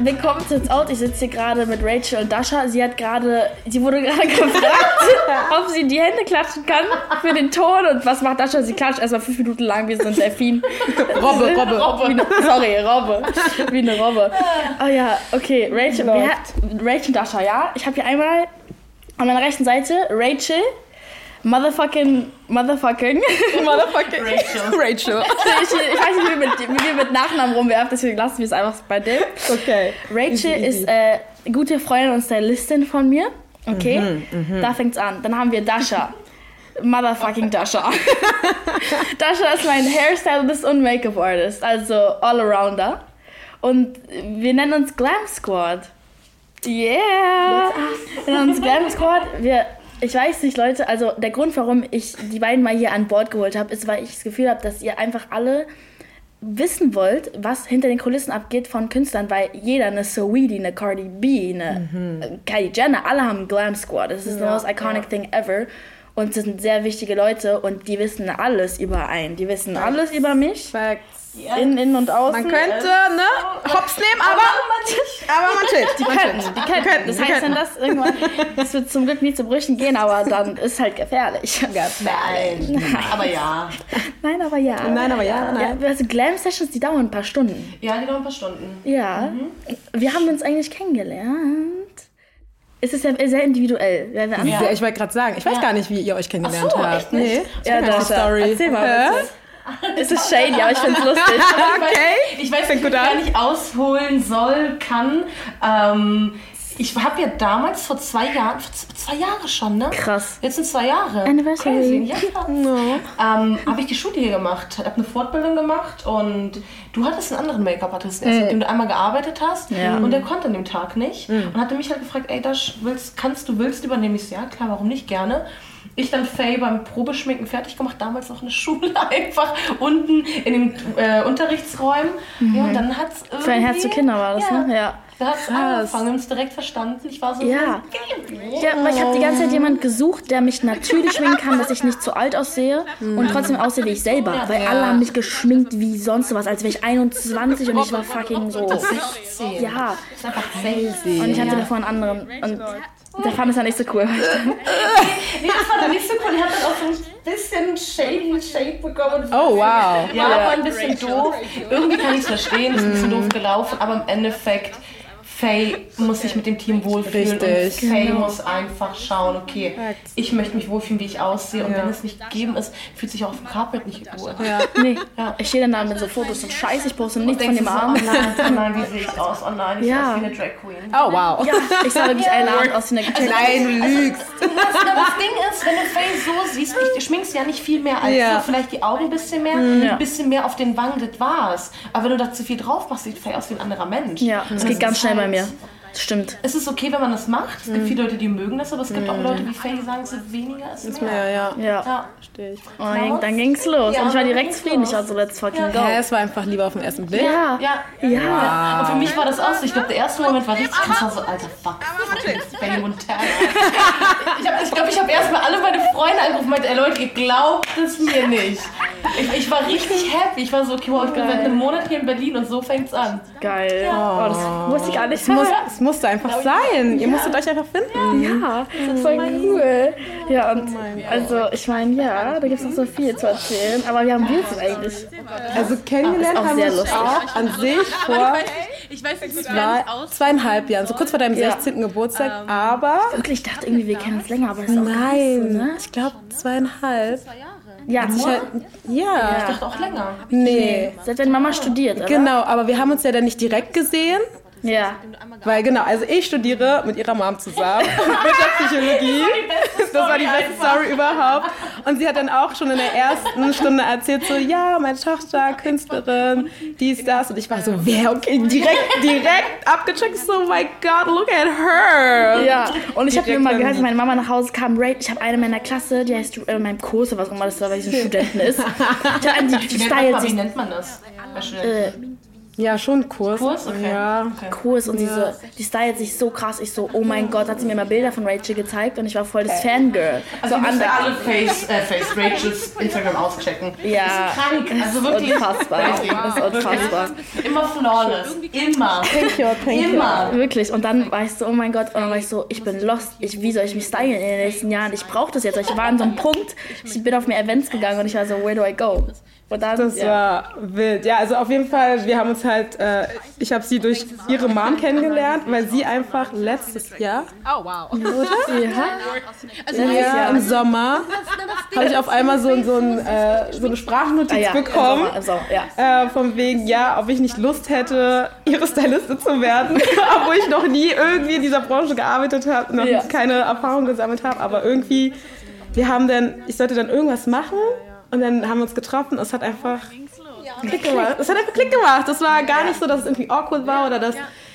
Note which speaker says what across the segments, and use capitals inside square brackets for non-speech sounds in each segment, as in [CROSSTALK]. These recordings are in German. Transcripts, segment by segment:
Speaker 1: Willkommen zu It's Out. Ich sitze hier gerade mit Rachel Dasha. Sie hat gerade, sie wurde gerade [LAUGHS] gefragt, ob sie die Hände klatschen kann für den Ton. Und was macht Dasha? Sie klatscht erstmal fünf Minuten lang wie so ein Delfin.
Speaker 2: [LAUGHS] Robbe, Robbe.
Speaker 1: Wie eine, sorry, Robbe. Wie eine
Speaker 2: [LAUGHS]
Speaker 1: Robbe. Oh ja, okay. Rachel, wer, Rachel Dasha, ja? Ich habe hier einmal an meiner rechten Seite Rachel. Motherfucking, motherfucking. [LAUGHS]
Speaker 2: Motherfucking
Speaker 3: Rachel.
Speaker 2: Rachel.
Speaker 1: Ich, ich weiß nicht, wie wir mit, wie wir mit Nachnamen rumwerfen, deswegen lassen wir es einfach bei dem.
Speaker 2: [LAUGHS] Okay.
Speaker 1: Rachel
Speaker 2: Easy, easy.
Speaker 1: ist äh, gute Freundin und Stylistin von mir. Okay,
Speaker 2: Mhm,
Speaker 1: da fängt's an. Dann haben wir Dasha. Motherfucking Dasha. [LAUGHS] Dasha ist mein Hairstylist und Make-up-Artist, also Allrounder. Und wir nennen uns Glam Squad. Yeah! Wir nennen uns Glam Squad. Wir, ich weiß nicht, Leute, also der Grund, warum ich die beiden mal hier an Bord geholt habe, ist, weil ich das Gefühl habe, dass ihr einfach alle wissen wollt, was hinter den Kulissen abgeht von Künstlern, weil jeder eine Saweetie, eine Cardi B, eine
Speaker 2: Mhm.
Speaker 1: äh, Kylie Jenner, alle haben einen Glam Squad. Das ist the most iconic thing ever. Und das sind sehr wichtige Leute und die wissen alles über einen. Die wissen alles über mich,
Speaker 2: Facts.
Speaker 1: innen, innen und außen. Äh,
Speaker 2: Man könnte, ne? Hops
Speaker 1: [LAUGHS]
Speaker 2: nehmen, aber, aber man chillt. Die
Speaker 1: könnten, die könnten. Das
Speaker 2: die
Speaker 1: heißt, wenn
Speaker 2: könnten.
Speaker 1: das irgendwann, das wird zum Glück nie zu Brüchen gehen, aber dann ist halt
Speaker 2: [LAUGHS]
Speaker 1: gefährlich.
Speaker 3: Nein. Aber ja.
Speaker 1: Nein, aber ja.
Speaker 2: Nein, aber ja,
Speaker 1: ja,
Speaker 2: nein.
Speaker 1: also Glam-Sessions, die dauern ein paar Stunden.
Speaker 3: Ja, die dauern ein paar Stunden.
Speaker 1: Ja.
Speaker 3: Mhm.
Speaker 1: Wir haben uns eigentlich kennengelernt. Es ist ja sehr individuell. Wer wir
Speaker 3: Ja.
Speaker 1: ja.
Speaker 2: Ja, ich wollte gerade sagen, ich weiß gar nicht, wie ihr euch kennengelernt
Speaker 3: Ach so,
Speaker 2: habt.
Speaker 3: echt nicht?
Speaker 2: Nee, ich
Speaker 1: Ja,
Speaker 2: kenn keine
Speaker 1: doch, ja.
Speaker 2: Story.
Speaker 1: Erzähl mal,
Speaker 2: Hä?
Speaker 1: Es ist shady, aber ich finde es lustig. [LAUGHS]
Speaker 2: Okay.
Speaker 3: Ich weiß
Speaker 2: Fängt
Speaker 3: nicht,
Speaker 2: gut
Speaker 3: wie
Speaker 2: an.
Speaker 3: gar nicht ausholen soll, kann. Ähm, ich habe ja damals vor zwei Jahren, vor z- zwei Jahre schon, ne?
Speaker 1: Krass.
Speaker 3: Jetzt sind zwei Jahre.
Speaker 1: Anniversary.
Speaker 3: Crazy, ja. Ähm, habe ich die Schule hier gemacht, habe eine Fortbildung gemacht und du hattest einen anderen Make-up-Artisten,
Speaker 1: Äh.
Speaker 3: erst, mit dem du einmal gearbeitet hast und der konnte an dem Tag nicht
Speaker 1: Hm.
Speaker 3: und hatte mich halt gefragt, ey, das willst, kannst du, willst du übernehmen? Ich so, ja klar, warum nicht, gerne. Ich dann Faye beim Probeschminken fertig gemacht, damals noch in der Schule [LAUGHS] einfach, unten in den äh, Unterrichtsräumen. Ja, und dann hat's irgendwie...
Speaker 1: Mhm. Für ein Herz zu Kinder war das,
Speaker 3: ja,
Speaker 1: ne? Ja.
Speaker 3: Da hat's angefangen, wir haben's direkt verstanden. Ich war so...
Speaker 1: Ja.
Speaker 3: Baby.
Speaker 1: Ja, weil ich habe die ganze Zeit jemanden gesucht, der mich natürlich schminken kann, dass ich nicht zu alt aussehe
Speaker 3: Mhm.
Speaker 1: und trotzdem aussehe wie ich selber. Weil alle haben mich geschminkt wie sonst was, als wäre ich 21 und ich war fucking so.
Speaker 3: 16.
Speaker 1: Ja,
Speaker 3: Das ist einfach crazy.
Speaker 1: und ich hatte davor einen anderen. Und der fand es ja nicht so cool. [LAUGHS]
Speaker 3: Nee, das war der nächste Kunde. Der hat dann auch so ein bisschen shady Shape bekommen.
Speaker 2: Oh, wow.
Speaker 3: Ja, war ein bisschen doof. Irgendwie kann ich es verstehen, ist ein bisschen doof gelaufen, aber im Endeffekt, Faye muss sich mit dem Team wohlfühlen
Speaker 2: Richtig.
Speaker 3: und Faye muss einfach schauen, okay, ich möchte mich wohlfühlen, wie ich aussehe und wenn es nicht gegeben ist, fühlt sich auch auf dem Carpet nicht gut. Ja.
Speaker 1: Nee, ich stehe dann da mit so Fotos und Scheiße, ich poste nichts von
Speaker 3: Denkst du
Speaker 1: dem
Speaker 3: so, oh
Speaker 1: Abend.
Speaker 3: nein, oh nein, wie sehe ich aus? Oh nein, ich
Speaker 1: Ja.
Speaker 3: sehe aus wie eine Drag Queen.
Speaker 2: Oh, wow.
Speaker 1: Ja, ich sah wirklich einen Abend aus wie eine
Speaker 3: Also
Speaker 1: gecheckt.
Speaker 2: Nein, du lügst.
Speaker 3: Das, das Ding ist, wenn du Face so siehst, ich, schminkst ja nicht viel mehr als
Speaker 2: Ja.
Speaker 3: so, vielleicht die Augen ein bisschen mehr,
Speaker 1: Mhm. Ja.
Speaker 3: ein bisschen mehr auf den Wangen, das war's. Aber wenn du da zu viel drauf machst, sieht Face aus wie ein anderer Mensch.
Speaker 1: Ja,
Speaker 3: Und
Speaker 1: das geht
Speaker 3: ist
Speaker 1: ganz schnell bei
Speaker 3: halt-
Speaker 1: mir. Mhm. Stimmt.
Speaker 3: Es ist okay, wenn man das macht. Es gibt viele Leute, die mögen das, aber es gibt
Speaker 1: Mhm.
Speaker 3: auch Leute, die Faye die sagen, so weniger ist mehr.
Speaker 2: Ja, ja.
Speaker 1: Ja.
Speaker 3: Ja.
Speaker 2: Verstehe ich.
Speaker 1: Und dann, dann ging's los.
Speaker 3: Ja,
Speaker 1: und ich war
Speaker 3: dann
Speaker 1: direkt
Speaker 3: ging's
Speaker 1: zufrieden.
Speaker 3: los.
Speaker 1: Ich war so, let's fucking
Speaker 2: Ja,
Speaker 1: go.
Speaker 2: es war einfach lieber auf den ersten Blick.
Speaker 1: Ja.
Speaker 3: Ja.
Speaker 1: Ja.
Speaker 3: Und für mich war das auch so. Ich glaube, der erste Moment war richtig krass. Ich war so, alter Fuck, was ist jetzt Benny Montana? Ich glaube, ich, glaub, ich habe erstmal alle meine Freunde angerufen und meinte, ey Leute, ihr glaubt es mir nicht. Ich, ich war richtig happy. Ich war so, okay, wow, ich bin seit einem Monat hier in Berlin und so fängt's an.
Speaker 1: Geil. Oh, das wusste ich gar nicht.
Speaker 2: Es, muss, es musste einfach sein. Ihr musstet euch einfach finden.
Speaker 1: Ja, das war
Speaker 3: Mhm.
Speaker 1: cool.
Speaker 3: Oh
Speaker 1: Ja, und also ich meine, ja, da gibt es noch so viel zu erzählen, aber wie haben wir es eigentlich?
Speaker 2: Also kennengelernt
Speaker 1: Ah, ist auch
Speaker 2: haben wir
Speaker 1: sehr
Speaker 2: uns auch an sich vor
Speaker 4: Ich weiß nicht, wie
Speaker 2: zwei,
Speaker 4: das aus.
Speaker 2: zweieinhalb Jahren, so kurz vor deinem
Speaker 1: Ja. Ähm.
Speaker 2: 16. Geburtstag, aber...
Speaker 1: Wirklich, ich dachte irgendwie, wir kennen uns länger, aber das ist auch krass,
Speaker 2: Nein,
Speaker 1: ne?
Speaker 2: ich glaube zweieinhalb.
Speaker 1: Ja,
Speaker 2: Ich halt- Ja,
Speaker 3: Ich dachte auch länger.
Speaker 2: nee.
Speaker 1: seit wenn Mama studiert, oder?
Speaker 2: Genau, aber wir haben uns ja dann nicht direkt gesehen,
Speaker 1: Ja.
Speaker 2: weil genau, also ich studiere mit ihrer Mom [LAUGHS] zusammen mit der Psychologie. [LAUGHS] Das war die beste Story überhaupt. Und sie hat dann auch schon in der [LAUGHS] ersten Stunde erzählt, so, ja, meine Tochter, Künstlerin, dies, das. Und ich war so, wer? Okay, [LAUGHS] direkt, direkt abgecheckt, so, my God, look at her.
Speaker 1: Ja, und ich habe
Speaker 2: Direkt
Speaker 1: immer
Speaker 2: an
Speaker 1: gehört,
Speaker 2: die-
Speaker 1: wenn meine Mama nach Hause kam, Ray, ich habe eine meiner Klasse, die heißt, äh, in meinem Kurs oder was auch
Speaker 2: [LAUGHS]
Speaker 1: immer das war, weil sie so Studenten ist. Ich hab eine, die, die
Speaker 3: Wie nennt man,
Speaker 1: stylt
Speaker 3: wie
Speaker 1: sich.
Speaker 3: nennt man das?
Speaker 1: Äh,
Speaker 2: Ja, schon Kurs.
Speaker 3: Kurs? Okay.
Speaker 2: Ja.
Speaker 3: okay.
Speaker 1: Kurs und diese, die stylt sich so krass. Ich so, oh mein Gott, hat sie mir mal Bilder von Rachel gezeigt und ich war voll das
Speaker 2: Äh.
Speaker 1: Fangirl.
Speaker 3: Also
Speaker 1: so
Speaker 3: wir müssen
Speaker 1: under-
Speaker 3: alle Face, äh, Face Rachels Instagram auschecken.
Speaker 1: Ja.
Speaker 3: Das ist krank. Also wirklich.
Speaker 1: Unfassbar. Das
Speaker 3: Crazy.
Speaker 1: ist unfassbar.
Speaker 3: Immer flawless. Immer.
Speaker 2: Thank you, thank you.
Speaker 3: Immer.
Speaker 1: Wirklich. Und dann war ich so, oh mein Gott, und dann war ich so, ich bin lost. Ich, wie soll ich mich stylen in den nächsten Jahren? Ich brauche das jetzt. Ich war an so einem Punkt, ich bin auf mehr Events gegangen und ich war so, where do I go? Und dann,
Speaker 2: Das
Speaker 1: ja.
Speaker 2: war wild. Ja, also auf jeden Fall, wir haben uns halt, äh, ich habe sie durch ihre Mom kennengelernt, weil sie einfach letztes Jahr,
Speaker 4: Oh, wow.
Speaker 1: Ja.
Speaker 4: Also,
Speaker 1: Ja.
Speaker 4: ja.
Speaker 2: letztes Jahr im Sommer, habe ich auf einmal so, so, ein, äh, so eine
Speaker 1: Ah,
Speaker 2: Sprachnotiz
Speaker 1: ja. Im
Speaker 2: bekommen.
Speaker 1: Sommer, im Sommer, ja.
Speaker 2: Äh, von wegen, ja, ob ich nicht Lust hätte, ihre Stylistin zu werden, [LAUGHS] obwohl ich noch nie irgendwie in dieser Branche gearbeitet habe, noch
Speaker 1: Ja.
Speaker 2: keine Erfahrung gesammelt habe, aber irgendwie, wir haben dann, ich sollte dann irgendwas machen und dann haben wir uns getroffen und es hat einfach Klick gemacht. Es hat einfach Klick gemacht. Das war gar nicht so, dass es irgendwie awkward war oder dass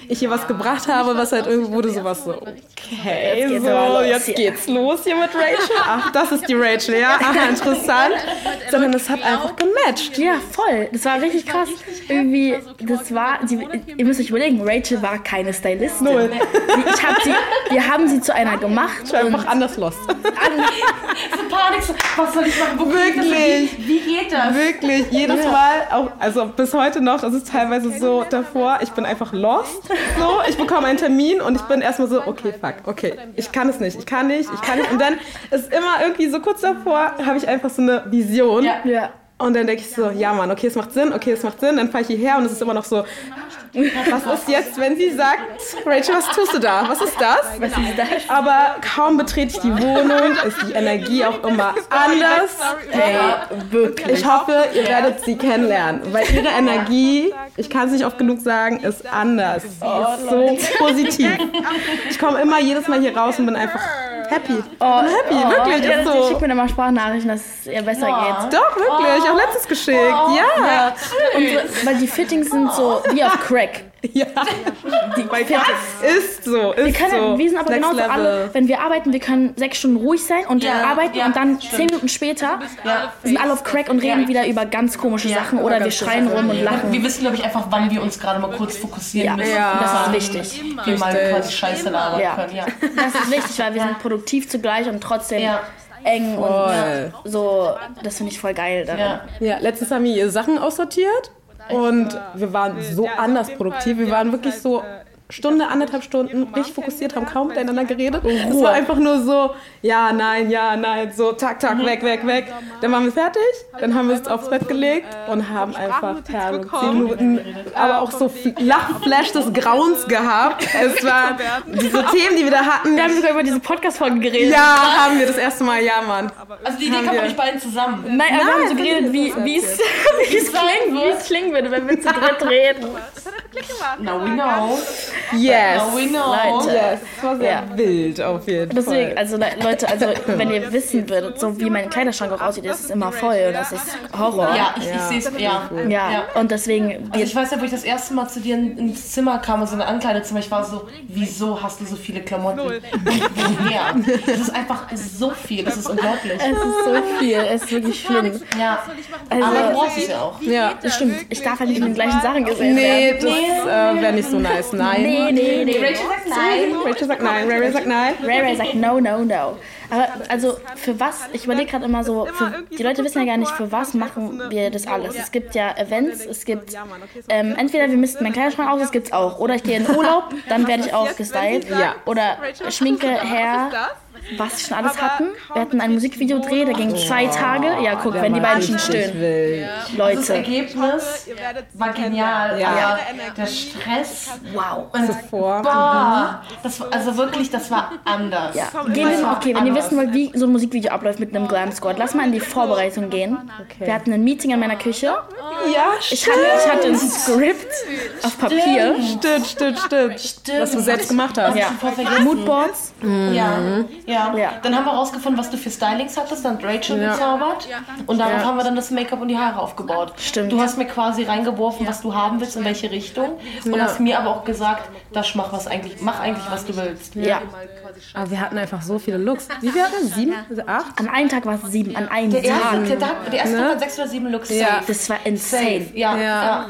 Speaker 2: ich ihr was gebracht habe, was halt irgendwo wurde sowas so, okay,
Speaker 1: Jetzt geht's aber
Speaker 2: so,
Speaker 1: los
Speaker 2: jetzt
Speaker 1: hier.
Speaker 2: geht's los hier mit Rachel. Ach, das ist die Rachel, ja, aha,
Speaker 1: [LAUGHS]
Speaker 2: interessant. Sondern es hat einfach gematcht.
Speaker 1: Ja, voll. Das war richtig krass. Irgendwie, das war, sie, ihr müsst euch überlegen, Rachel war keine Stylistin.
Speaker 2: Null.
Speaker 1: Sie- Ich hab sie, wir haben sie zu einer gemacht.
Speaker 2: Ich war
Speaker 1: und
Speaker 2: einfach anders lost.
Speaker 3: So Panik, so, was soll ich machen? Wo krieg ich das?
Speaker 2: Wirklich.
Speaker 3: Wie, wie geht das?
Speaker 2: Wirklich, jedes Mal, auch, also bis heute noch, ist es teilweise so davor, ich bin einfach lost. So, ich bekomme einen Termin und ich bin erstmal so, okay, fuck, okay, ich kann es nicht, ich kann nicht, ich kann nicht. Und dann ist immer irgendwie so kurz davor, habe ich einfach so eine Vision.
Speaker 3: Ja.
Speaker 1: ja.
Speaker 2: Und dann denke ich so, ja Mann, okay, es macht Sinn, okay, es macht Sinn. Dann fahre ich hierher und es ist immer noch so, was ist jetzt, wenn sie sagt, Rachel, was tust du da? Was ist das? Aber kaum betrete ich die Wohnung, ist die Energie auch immer anders.
Speaker 1: Ey, wirklich.
Speaker 2: Ich hoffe, ihr werdet sie kennenlernen, weil ihre Energie, ich kann es nicht oft genug sagen, ist anders. Sie ist so positiv. Ich komme immer jedes Mal hier raus und bin einfach happy.
Speaker 1: Oh,
Speaker 2: happy, wirklich,
Speaker 1: Ja,
Speaker 2: ist
Speaker 1: das-
Speaker 2: so.
Speaker 1: Ich schicke mir nochmal Sprachnachrichten, dass es ihr besser
Speaker 3: Oh.
Speaker 1: geht.
Speaker 2: Doch, wirklich, auch letztes geschickt.
Speaker 1: Oh.
Speaker 2: Ja.
Speaker 1: So, weil die Fittings sind so wie auf Crack.
Speaker 2: Ja. Ist so, ist
Speaker 1: Wir, können,
Speaker 2: so.
Speaker 1: wir sind aber
Speaker 2: Next
Speaker 1: genauso alle, wenn wir arbeiten, wir können sechs Stunden ruhig sein und
Speaker 3: Ja,
Speaker 1: arbeiten
Speaker 3: ja,
Speaker 1: und dann
Speaker 3: stimmt.
Speaker 1: zehn Minuten später
Speaker 3: Ja.
Speaker 1: sind alle auf Crack und reden
Speaker 3: Ja.
Speaker 1: wieder über ganz komische Sachen oder wir
Speaker 2: ganz
Speaker 1: schreien rum und lachen.
Speaker 3: Wir wissen, glaube ich, einfach, wann wir uns gerade mal kurz fokussieren müssen.
Speaker 2: Ja.
Speaker 1: Das
Speaker 3: Dass
Speaker 1: ist
Speaker 3: wir
Speaker 1: wichtig.
Speaker 3: Wir mal quasi Scheiße labern
Speaker 1: Ja.
Speaker 3: können. Ja.
Speaker 1: Das ist wichtig, weil wir sind produktiv zugleich und trotzdem
Speaker 3: Ja.
Speaker 1: eng
Speaker 2: Voll.
Speaker 1: und so. Das finde ich voll geil daran.
Speaker 3: Ja.
Speaker 2: Ja, letztens haben wir ihre Sachen aussortiert und wir waren so anders produktiv. Wir halt, äh, waren wirklich so Stunde, anderthalb Stunden richtig fokussiert, haben kaum miteinander geredet. Es war einfach nur so, ja, nein, ja, nein, so, tak, tak, weg, weg, weg. Dann waren wir fertig, dann haben wir uns aufs Bett gelegt und haben einfach, keine Ahnung, zehn Minuten, aber auch so F- Lachflash des Grauens gehabt. Es waren diese Themen, die wir da hatten.
Speaker 1: Wir haben sogar über diese Podcast-Folge geredet.
Speaker 2: Ja, haben wir das erste Mal, ja, Mann.
Speaker 3: Also die Idee
Speaker 2: Haben
Speaker 3: kam
Speaker 2: wir.
Speaker 3: von euch beiden zusammen.
Speaker 1: Nein, aber wir haben so
Speaker 2: Nein,
Speaker 1: geredet, wie wie es [LAUGHS] wie es klingt, wie es klingen würde, wenn wir zu dritt reden.
Speaker 3: Now we know.
Speaker 2: Yes.
Speaker 3: Now we know.
Speaker 1: Leute.
Speaker 2: Yes, es war sehr
Speaker 1: Ja.
Speaker 2: wild auf jeden
Speaker 1: Deswegen,
Speaker 2: Fall.
Speaker 1: also le- Leute, also wenn ihr wissen würdet, so wie mein Kleiderschrank auch aussieht, ist es immer voll und das ist Horror.
Speaker 3: Ja, ich, ich sehe es. Ja.
Speaker 1: Ja, und deswegen,
Speaker 3: Also ich weiß ja, wo ich das erste Mal zu dir in- ins Zimmer kam, in so ein Ankleidezimmer, ich war so, wieso hast du so viele Klamotten? [LAUGHS] Und woher? Das ist einfach so viel, das ist unglaublich.
Speaker 1: es ist so viel, es ist wirklich schlimm.
Speaker 3: Ja, aber du
Speaker 1: Also,
Speaker 3: brauchst es ja auch.
Speaker 2: Ja.
Speaker 1: das stimmt, ich darf halt nicht in den gleichen Sachen gesehen
Speaker 2: Nee,
Speaker 1: werden.
Speaker 2: das äh, wäre nicht so nice. Nein.
Speaker 1: Nee, nee, nee.
Speaker 3: sagt nein.
Speaker 2: Rachel sagt nein, Rachel sagt nein.
Speaker 1: Ray Ray sagt no, no, no. Aber also für was, ich überlege gerade immer so, für, die Leute wissen ja gar nicht, für was machen wir das alles. Es gibt ja Events, es gibt, ähm, entweder wir müssten meinen Kleiderschrank aus, das gibt's auch. Oder ich gehe in [LAUGHS] Urlaub, dann werde ich auch gestylt.
Speaker 2: Ja.
Speaker 1: Oder Schminke her, was wir schon alles hatten. Wir hatten ein Musikvideo dreh, da ging zwei Tage. Ja, guck, wenn die beiden schon stöhnen.
Speaker 2: Wild.
Speaker 3: Das
Speaker 1: Leute.
Speaker 3: Ergebnis war genial,
Speaker 2: Ja.
Speaker 3: aber der Stress, wow. Und
Speaker 2: Zuvor.
Speaker 3: boah, das war, also wirklich, das war
Speaker 1: [LAUGHS]
Speaker 3: anders.
Speaker 1: Ja. Gehen wir mal, okay, wenn ihr wissen wollt, wie so ein Musikvideo abläuft mit einem Glam Squad, lass mal in die Vorbereitung gehen. Wir hatten ein Meeting in meiner Küche.
Speaker 2: Ja,
Speaker 1: Ich hatte, ich hatte ein Skript auf Papier.
Speaker 2: stimmt, stimmt, stimmt. Was du selbst gemacht hast.
Speaker 1: Ja. Moodboards.
Speaker 3: Ja. Ja.
Speaker 1: Ja.
Speaker 3: Dann haben wir rausgefunden, was du für Stylings hattest, dann hat Rachel gezaubert und darauf haben wir dann das Make-up und die Haare aufgebaut.
Speaker 1: Stimmt.
Speaker 3: Du hast mir quasi reingeworfen, was du haben willst, in welche Richtung und hast mir aber auch gesagt, das mach was eigentlich, mach eigentlich was du willst.
Speaker 1: Ja.
Speaker 2: Aber wir hatten Ah, einfach so viele Looks. Wie viel hat man? Sieben? Acht?
Speaker 1: An einem Tag war es sieben, an einem
Speaker 3: Der
Speaker 1: Tag.
Speaker 3: erste, der, der, der
Speaker 1: Ne?
Speaker 3: erste hat sechs oder sieben Looks
Speaker 2: Ja.
Speaker 3: safe.
Speaker 1: Das war
Speaker 3: Safe,
Speaker 1: insane.
Speaker 3: ja,
Speaker 2: Ja.
Speaker 3: ja.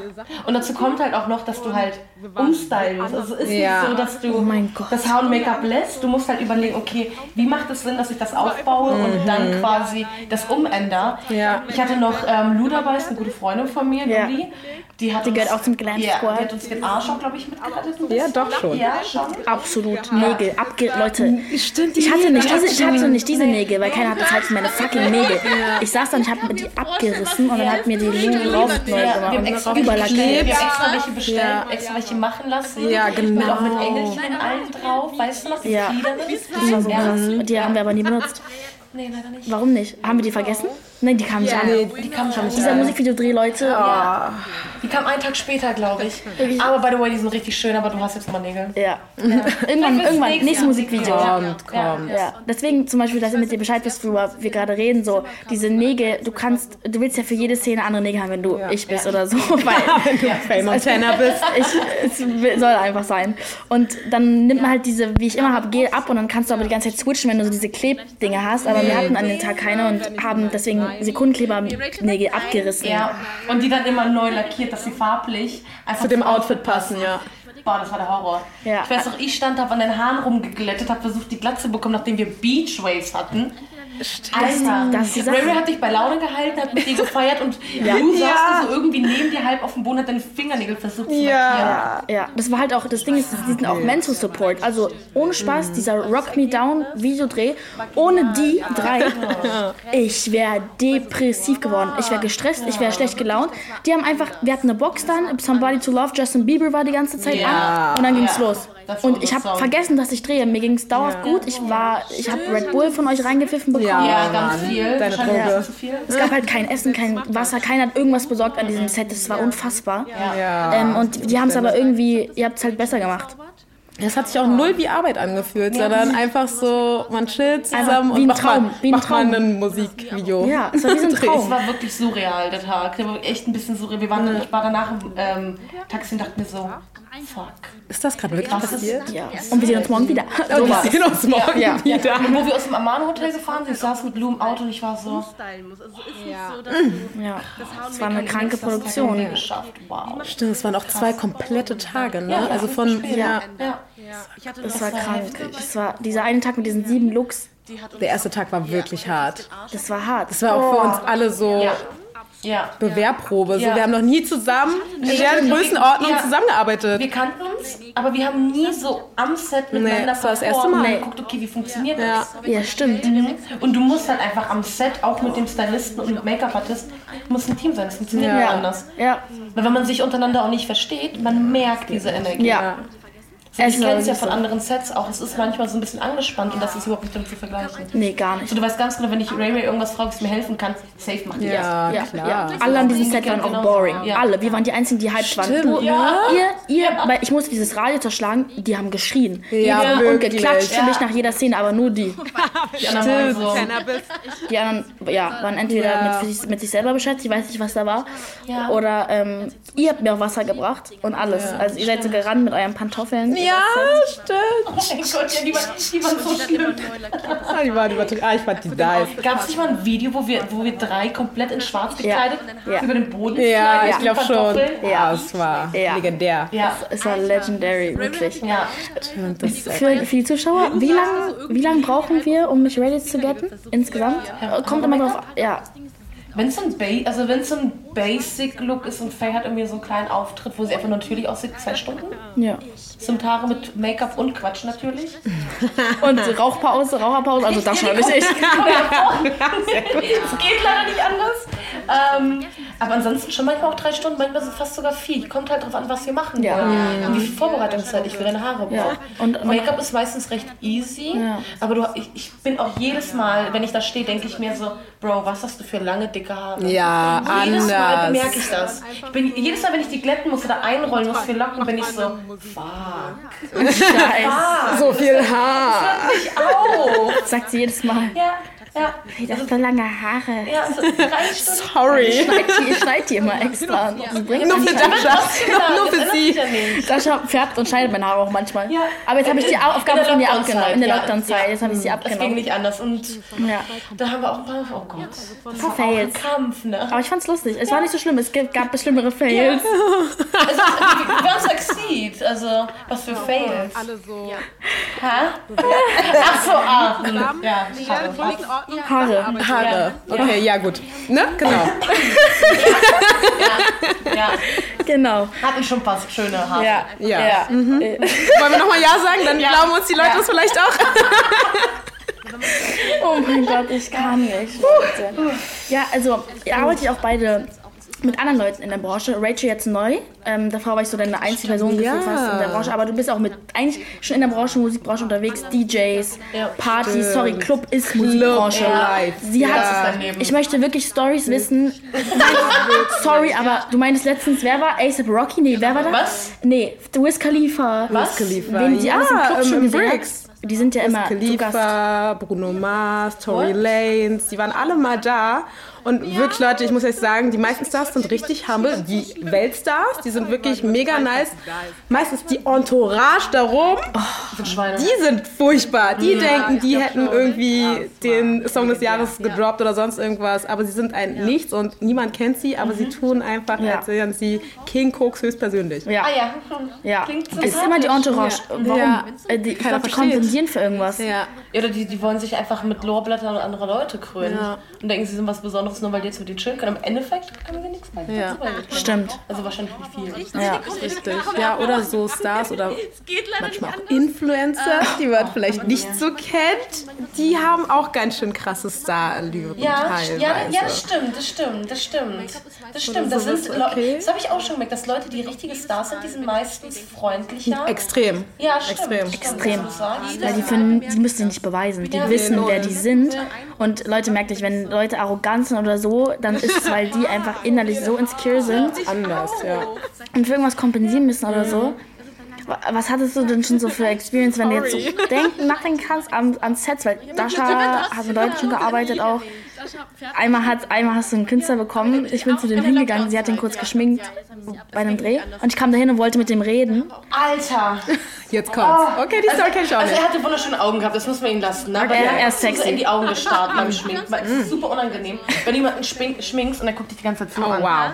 Speaker 3: Und dazu kommt halt auch noch, dass du halt umstylen musst. Also es ist
Speaker 2: Ja.
Speaker 3: nicht so, dass du
Speaker 1: Oh mein Gott.
Speaker 3: das Haar und Make-up lässt. Du musst halt überlegen, okay, wie macht es Sinn, dass ich das aufbaue
Speaker 1: Mhm.
Speaker 3: und dann quasi das umänder.
Speaker 2: Ja.
Speaker 3: Ich hatte noch ähm, Luda Weiß, eine gute Freundin von mir,
Speaker 1: Ja.
Speaker 3: Ludi. Die hat
Speaker 1: Die gehört
Speaker 3: uns-
Speaker 1: auch zum Glam
Speaker 3: ja,
Speaker 1: Squad.
Speaker 3: Die hat uns den Arsch auch, glaube ich, mitgerettet. ein
Speaker 2: Ja,
Speaker 3: bisschen.
Speaker 2: doch schon.
Speaker 3: Ja, schon.
Speaker 1: Absolut. Nägel. Abge Leute.
Speaker 2: Stimmt,
Speaker 1: Ich hatte nicht, diese, ich hatte nicht diese Nägel, weil keiner hat bezahlt für meine fucking Nägel. Ich saß da und ich habe mir die abgerissen und dann hat mir die Lüge drauf neu
Speaker 3: Ja, wir haben
Speaker 1: gemacht.
Speaker 3: extra
Speaker 1: und
Speaker 3: welche bestellt,
Speaker 1: Überlackiert.
Speaker 3: wir haben extra welche bestellt, extra welche machen lassen.
Speaker 2: Ja,
Speaker 3: Mit auch mit
Speaker 2: genau.
Speaker 3: Engelchen und allem drauf, weißt du noch, die
Speaker 1: Ja.
Speaker 3: Flieder
Speaker 1: Das war so krass.
Speaker 3: Mhm.
Speaker 1: Und die haben wir aber nie benutzt.
Speaker 3: Nee, leider nicht.
Speaker 1: Warum nicht? Haben wir die vergessen? Nein, die kamen nicht an.
Speaker 2: Nee, [LAUGHS]
Speaker 3: Die kam schon nicht
Speaker 1: Dieser
Speaker 3: rein.
Speaker 1: Musikvideodreh, Leute.
Speaker 2: ah,
Speaker 3: Die kam einen Tag später, glaube
Speaker 1: [LAUGHS]
Speaker 3: ich. Aber by the way, die sind richtig schön, aber du hast jetzt mal Nägel. [LAUGHS]
Speaker 1: Ja. Irgendwann, irgendwann, nächstes Musikvideo.
Speaker 2: kommt, kommt.
Speaker 1: Ja, deswegen zum Beispiel, dass ihr mit dir Bescheid wisst, worüber wir gerade reden, so diese Nägel, du kannst, du willst ja für jede Szene andere Nägel haben, wenn du ich bist oder so, [LAUGHS] weil
Speaker 2: [LAUGHS] Wenn du Faye Montana bist.
Speaker 1: ich, es will- soll einfach sein. Und dann nimmt man halt diese, wie ich immer habe, Gel ab und dann kannst du aber die ganze Zeit switchen, wenn du so diese Klebdinger hast, aber wir hatten an dem Tag keine und haben deswegen Sekundenkleber-Nägel abgerissen.
Speaker 3: Ja. Und die dann immer neu lackiert, dass sie farblich einfach
Speaker 2: Zu dem Outfit passen, ja.
Speaker 3: Boah, das war der Horror.
Speaker 1: Ja.
Speaker 3: Ich weiß noch, ich stand, habe an den Haaren rumgeglättet, habe versucht, die Glatze zu bekommen, nachdem wir Beach Waves hatten. Alter,
Speaker 1: das ist die Sache.
Speaker 3: Ray Ray hat dich bei Laune gehalten, hat mit dir gefeiert und du
Speaker 2: Ja.
Speaker 3: saßt so irgendwie neben dir halb auf dem Boden, hat deine Fingernägel versucht zu markieren.
Speaker 2: Ja.
Speaker 1: Ja, das war halt auch, das Ding ist, die sind auch Mental Support. Also ohne Spaß,
Speaker 3: Mhm.
Speaker 1: dieser Rock Me Down Videodreh, ohne die drei,
Speaker 3: [LAUGHS]
Speaker 1: ich wäre depressiv geworden. Ich wäre gestresst, ich wäre schlecht gelaunt. Die haben einfach, wir hatten eine Box dann, Somebody to Love, Justin Bieber war die ganze Zeit
Speaker 3: Ja.
Speaker 1: an und dann ging's
Speaker 3: Ja.
Speaker 1: los.
Speaker 3: Das war
Speaker 1: Und ich
Speaker 3: unser
Speaker 1: habe
Speaker 3: Song.
Speaker 1: vergessen, dass ich drehe. Mir ging's dauerhaft gut. Ich war, ich habe Red Bull von euch reingepfiffen bekommen.
Speaker 2: Ja.
Speaker 3: Ja,
Speaker 2: Oh,
Speaker 3: ganz
Speaker 2: Mann.
Speaker 3: viel.
Speaker 2: Deine
Speaker 3: Wahrscheinlich
Speaker 2: Droge.
Speaker 3: ein bisschen zu viel.
Speaker 1: Es gab halt kein Essen, kein Wasser, keiner hat irgendwas besorgt an diesem Set. Das war unfassbar.
Speaker 2: Ja.
Speaker 1: Ähm, und die haben es aber irgendwie, ihr habt es halt besser gemacht.
Speaker 2: Das hat sich auch null wie Arbeit angefühlt, sondern einfach so, man chillt zusammen
Speaker 1: wie ein
Speaker 2: und macht
Speaker 1: Traum,
Speaker 2: mal,
Speaker 1: wie ein
Speaker 2: macht mal
Speaker 1: Traum.
Speaker 2: ein Musikvideo.
Speaker 1: Ja, es war wie so ein
Speaker 2: [LAUGHS] Dreh.
Speaker 1: Traum.
Speaker 3: Es war wirklich surreal, der Tag. Der war echt ein bisschen surreal. Wir waren, Ich war danach im ähm, Taxi und dachte mir so, fuck.
Speaker 2: Ist das gerade wirklich
Speaker 3: Was ist-
Speaker 2: passiert?
Speaker 1: Ja. Und wir sehen uns morgen wieder.
Speaker 2: Und
Speaker 1: So
Speaker 2: wir
Speaker 1: war's.
Speaker 2: sehen uns morgen
Speaker 1: Ja, ja.
Speaker 2: wieder.
Speaker 3: Wo wir aus dem Amano-Hotel gefahren sind, ich saß mit Lou im Auto und ich war so,
Speaker 4: stylen muss. Also es ist nicht so, dass du
Speaker 1: Ja.
Speaker 4: das Haar und
Speaker 1: Es war eine
Speaker 4: Make-up
Speaker 1: kranke
Speaker 4: nimmst, das
Speaker 1: Produktion.
Speaker 3: wir geschafft, wow.
Speaker 2: Stimmt, es waren auch zwei komplette Tage, ne?
Speaker 3: Ja,
Speaker 2: also von, ja,
Speaker 3: Ja.
Speaker 4: Ja, ich hatte
Speaker 1: Das
Speaker 4: noch
Speaker 1: war krank. Das war dieser eine Tag mit diesen sieben Looks.
Speaker 4: die hat uns
Speaker 2: der erste Tag war wirklich hart.
Speaker 1: Das war hart.
Speaker 2: Das war auch für uns alle so
Speaker 3: Ja. ja.
Speaker 2: Bewerbprobe. So,
Speaker 3: Ja.
Speaker 2: wir haben noch nie zusammen in der Größenordnung
Speaker 3: Ja.
Speaker 2: zusammengearbeitet.
Speaker 3: Wir kannten uns, aber wir haben nie so am Set miteinander
Speaker 2: Nee, das war das
Speaker 3: performt
Speaker 2: erste Mal.
Speaker 3: und geguckt, okay, wie funktioniert
Speaker 2: Ja.
Speaker 3: das?
Speaker 1: ja, stimmt.
Speaker 3: Und du musst halt einfach am Set, auch mit dem Stylisten und mit Make-up-Artist, muss ein Team sein. Es funktioniert
Speaker 2: Ja.
Speaker 3: nicht anders.
Speaker 1: Ja.
Speaker 3: Weil wenn man sich untereinander auch nicht versteht, man merkt diese Energie. Also
Speaker 1: Ja.
Speaker 3: Ich
Speaker 1: Es war
Speaker 3: kenne es ja
Speaker 1: wirklich
Speaker 3: von anderen Sets auch. Es ist manchmal so ein bisschen angespannt und das ist überhaupt nicht damit zu vergleichen.
Speaker 1: so. Nee, gar
Speaker 3: So,
Speaker 1: nicht.
Speaker 3: du weißt ganz genau, wenn ich Ray Ray irgendwas frage, was mir helfen kann, safe macht die das.
Speaker 2: Ja,
Speaker 1: Ja,
Speaker 2: klar.
Speaker 1: ja. Alle an diesem Set waren auch boring.
Speaker 3: Ja.
Speaker 1: Alle. Wir waren die Einzigen, die hyped waren.
Speaker 2: Stimmt,
Speaker 1: Du,
Speaker 3: ja.
Speaker 1: ihr, ihr, weil ich musste dieses Radio zerschlagen, die haben geschrien.
Speaker 2: Ja,
Speaker 1: und
Speaker 2: wirklich.
Speaker 1: geklatscht für
Speaker 3: Ja.
Speaker 1: mich nach jeder Szene, aber nur die.
Speaker 3: Die anderen waren
Speaker 2: Also,
Speaker 3: so, oh
Speaker 1: Die anderen ja, waren entweder
Speaker 2: Ja.
Speaker 1: mit, sich, mit sich selber beschäftigt, ich weiß nicht, was da war.
Speaker 3: Ja.
Speaker 1: Oder ähm, ihr habt mir auch Wasser gebracht und alles. Also ihr seid so gerannt mit euren Pantoffeln.
Speaker 2: Ja, stimmt.
Speaker 3: oh mein Gott, ja, die waren, die waren so schlimm.
Speaker 2: Ah, die waren übertrieben. Ah, ich fand die nice.
Speaker 3: Gab es nicht mal ein Video, wo wir, wo wir drei komplett in schwarz gekleidet
Speaker 1: Ja.
Speaker 3: über den Boden
Speaker 2: Ja,
Speaker 3: sliden
Speaker 2: ich
Speaker 3: mit
Speaker 2: glaube schon.
Speaker 3: Pantoffeln?
Speaker 2: Ja, es war
Speaker 1: Ja.
Speaker 2: legendär.
Speaker 3: Ja,
Speaker 1: Es war legendary, wirklich.
Speaker 3: ja.
Speaker 2: Und das, äh,
Speaker 1: Für, für die Zuschauer, wie lange wie lang
Speaker 2: halt
Speaker 1: brauchen wir, um mich ready zu getten? Insgesamt? Äh, Kommt immer drauf an. Ja,
Speaker 3: Wenn es so ein, ba also wenn's so ein Basic-Look ist und Faye hat irgendwie so einen kleinen Auftritt, wo sie einfach natürlich aussieht, zwei Stunden.
Speaker 1: ja.
Speaker 3: Simtare mit Make-up und Quatsch natürlich.
Speaker 1: Und
Speaker 2: [LAUGHS]
Speaker 1: Rauchpause, Raucherpause, also das schon nicht ich.
Speaker 3: Es geht leider nicht anders. Ähm, aber ansonsten schon manchmal auch drei Stunden, manchmal sind fast sogar vier. Kommt halt drauf an, was wir machen
Speaker 1: Ja.
Speaker 3: wollen. Und wie viel Vorbereitungszeit ich für deine Haare brauche.
Speaker 1: Ja. Und-
Speaker 3: Make-up ist meistens recht easy.
Speaker 1: Ja.
Speaker 3: Aber du, ich, ich bin auch jedes Mal, wenn ich da stehe, denke ich mir so, Bro, was hast du für lange, dicke Haare?
Speaker 2: Ja,
Speaker 3: Jedes Mal bemerke
Speaker 2: anders.
Speaker 3: ich das. Ich bin, jedes Mal, wenn ich die glätten muss oder einrollen muss für Locken, bin ich so, fuck,
Speaker 1: Nice.
Speaker 2: So viel Haar.
Speaker 3: au!
Speaker 1: Sagt sie jedes Mal.
Speaker 3: Ja, Ja,
Speaker 1: Ich hab so lange Haare.
Speaker 3: ja, so drei
Speaker 1: [LAUGHS]
Speaker 3: Stunden.
Speaker 1: Ich
Speaker 2: Sorry.
Speaker 1: schneid die, ich schneid die immer extra. Das bringt
Speaker 2: Nur für
Speaker 1: nichts.
Speaker 2: Dasha.
Speaker 3: Genau,
Speaker 2: Nur
Speaker 3: das
Speaker 2: für
Speaker 3: ändert
Speaker 2: sie.
Speaker 3: sich Ja nicht.
Speaker 1: Dasha färbt und schneidet meine Haare auch manchmal.
Speaker 3: Ja.
Speaker 1: Aber jetzt habe ich die
Speaker 3: In- in
Speaker 1: Aufgabe
Speaker 3: der
Speaker 1: von mir
Speaker 3: Lockdown-Zeit,
Speaker 1: abgenommen. In der
Speaker 3: ja.
Speaker 1: Lockdown-Zeit.
Speaker 3: Ja.
Speaker 1: Jetzt habe ich sie
Speaker 3: Das ging
Speaker 1: abgenommen.
Speaker 3: nicht anders. Und
Speaker 1: Ja.
Speaker 3: da haben wir auch ein paar. Oh Gott. Das war auch ein
Speaker 1: Fails.
Speaker 3: Kampf,
Speaker 1: [LAUGHS]
Speaker 3: ne?
Speaker 1: Aber ich fand's lustig. Es war nicht so schlimm. Es gibt- gab schlimmere Fails.
Speaker 3: Also, wir haben succeed. Also, was
Speaker 1: Genau.
Speaker 3: für Fails.
Speaker 4: Alle so. Ja.
Speaker 3: Hä? Ach so, ah. Ja, schade.
Speaker 1: Haare.
Speaker 2: Haare. Okay, ja, gut. Ne? Genau.
Speaker 3: Ja,
Speaker 1: [LAUGHS] Genau.
Speaker 3: hatten schon ein paar schöne Haare.
Speaker 1: Ja.
Speaker 2: Ja.
Speaker 1: Mhm.
Speaker 2: Wollen wir nochmal Ja sagen? Dann glauben uns die Leute das vielleicht auch.
Speaker 1: Oh mein Gott, ich kann nicht. Leute. Ja, also arbeite ich auch beide mit anderen Leuten in der Branche. Rachel jetzt neu. Ähm, davor war ich so deine einzige Person
Speaker 2: Ja.
Speaker 1: gefühlt fast in der Branche. Aber du bist auch mit eigentlich schon in der Branche, Musikbranche unterwegs. DJs,
Speaker 3: Ja,
Speaker 1: Partys. Sorry, Club ist Musikbranche.
Speaker 2: live.
Speaker 1: Sie
Speaker 3: Das ist
Speaker 1: hat.
Speaker 3: dein Leben.
Speaker 1: Ich möchte wirklich Stories wissen. Sorry, aber du meinst letztens, wer war ASAP Rocky? Nee, wer war das?
Speaker 3: Was?
Speaker 1: Nee, Wiz Khalifa.
Speaker 3: Was?
Speaker 1: Wen die alles im Club schon
Speaker 2: ähm,
Speaker 1: gesehen
Speaker 2: Briggs.
Speaker 1: hat. Die sind ja immer zu Gast.
Speaker 2: Khalifa, Bruno Mars, Tory
Speaker 3: What?
Speaker 2: Lanez, die waren alle mal da. Und wirklich, Leute, ich muss euch sagen, die meisten Stars sind richtig humble. Die Weltstars, die sind wirklich mega nice. Meistens die Entourage darum,
Speaker 3: Für Schweine.
Speaker 2: Oh, die sind furchtbar. Die denken, die hätten irgendwie den Song des Jahres gedroppt oder sonst irgendwas. Aber sie sind ein Nichts und niemand kennt sie, aber sie tun einfach,
Speaker 1: Ja.
Speaker 2: als wären sie King Koks höchstpersönlich.
Speaker 1: Ja.
Speaker 3: Ah ja.
Speaker 1: Ja,
Speaker 3: Klingt
Speaker 1: es ist immer die Entourage. Warum?
Speaker 2: Ja.
Speaker 1: Äh, die, ich
Speaker 2: Keiner
Speaker 1: glaube, die
Speaker 2: versteht.
Speaker 1: kompensieren für irgendwas.
Speaker 2: Ja.
Speaker 3: Oder die, die wollen sich einfach mit Lorbeerblättern und andere Leute krönen.
Speaker 2: Ja.
Speaker 3: Und denken, sie sind was Besonderes, nur weil die jetzt mit denen chillen können. Im Endeffekt können sie nichts bei
Speaker 2: Ja.
Speaker 1: Stimmt.
Speaker 3: Also wahrscheinlich nicht viel.
Speaker 1: Ja.
Speaker 2: Richtig. Ja, oder so Stars oder
Speaker 4: Genau. Es geht leider nicht
Speaker 2: manchmal auch
Speaker 4: anders. Ah.
Speaker 2: Influencer, die man
Speaker 3: Oh,
Speaker 2: vielleicht nicht so kennt, die haben auch ganz schön krasse Star-Lyrik
Speaker 3: Ja,
Speaker 2: teilweise.
Speaker 3: ja, ja, das stimmt, das stimmt, das stimmt. Das stimmt, das sind
Speaker 2: sowas,
Speaker 3: Leu-
Speaker 2: okay.
Speaker 3: Das habe ich auch schon gemerkt, dass Leute, die richtige Stars sind, die sind meistens freundlicher.
Speaker 2: Extrem.
Speaker 3: ja, stimmt.
Speaker 2: extrem.
Speaker 3: stimmt,
Speaker 1: Extrem.
Speaker 3: was du sagst.
Speaker 1: Weil die, finden, die müssen sich nicht beweisen. Die
Speaker 3: Ja.
Speaker 1: wissen,
Speaker 2: Null.
Speaker 1: wer die sind. Und Leute, merkt euch, wenn Leute arrogant sind oder so, dann ist es, weil die einfach innerlich so insecure sind
Speaker 2: Anders,
Speaker 3: Oh.
Speaker 2: ja.
Speaker 1: und für irgendwas kompensieren müssen oder so. Wa- Was hattest du denn schon so für Experience, wenn du jetzt so denken, nachdenken kannst an, an Sets? Weil Dasha hat mit Leuten schon gearbeitet auch. Einmal, hat, einmal hast du einen Künstler bekommen. Ich bin zu dem hingegangen. Sie hat den kurz geschminkt bei einem Dreh. Und ich kam dahin und wollte mit dem reden.
Speaker 2: [LAUGHS]
Speaker 3: Alter!
Speaker 2: Jetzt kommt's. Okay, die Story kenn ich auch
Speaker 3: Oh. Also
Speaker 2: nicht.
Speaker 3: er hatte wunderschöne Augen gehabt, das muss man ihm lassen. Ne? Aber
Speaker 1: Er-
Speaker 3: hat
Speaker 1: er ist
Speaker 3: so
Speaker 1: sexy.
Speaker 3: in die Augen gestarrt beim Schminken.
Speaker 2: [LAUGHS]
Speaker 3: Weil es ist super unangenehm, wenn du jemanden schmink, schminkst und er guckt dich die ganze Zeit zu
Speaker 2: Mm. Oh,
Speaker 3: an.
Speaker 2: wow.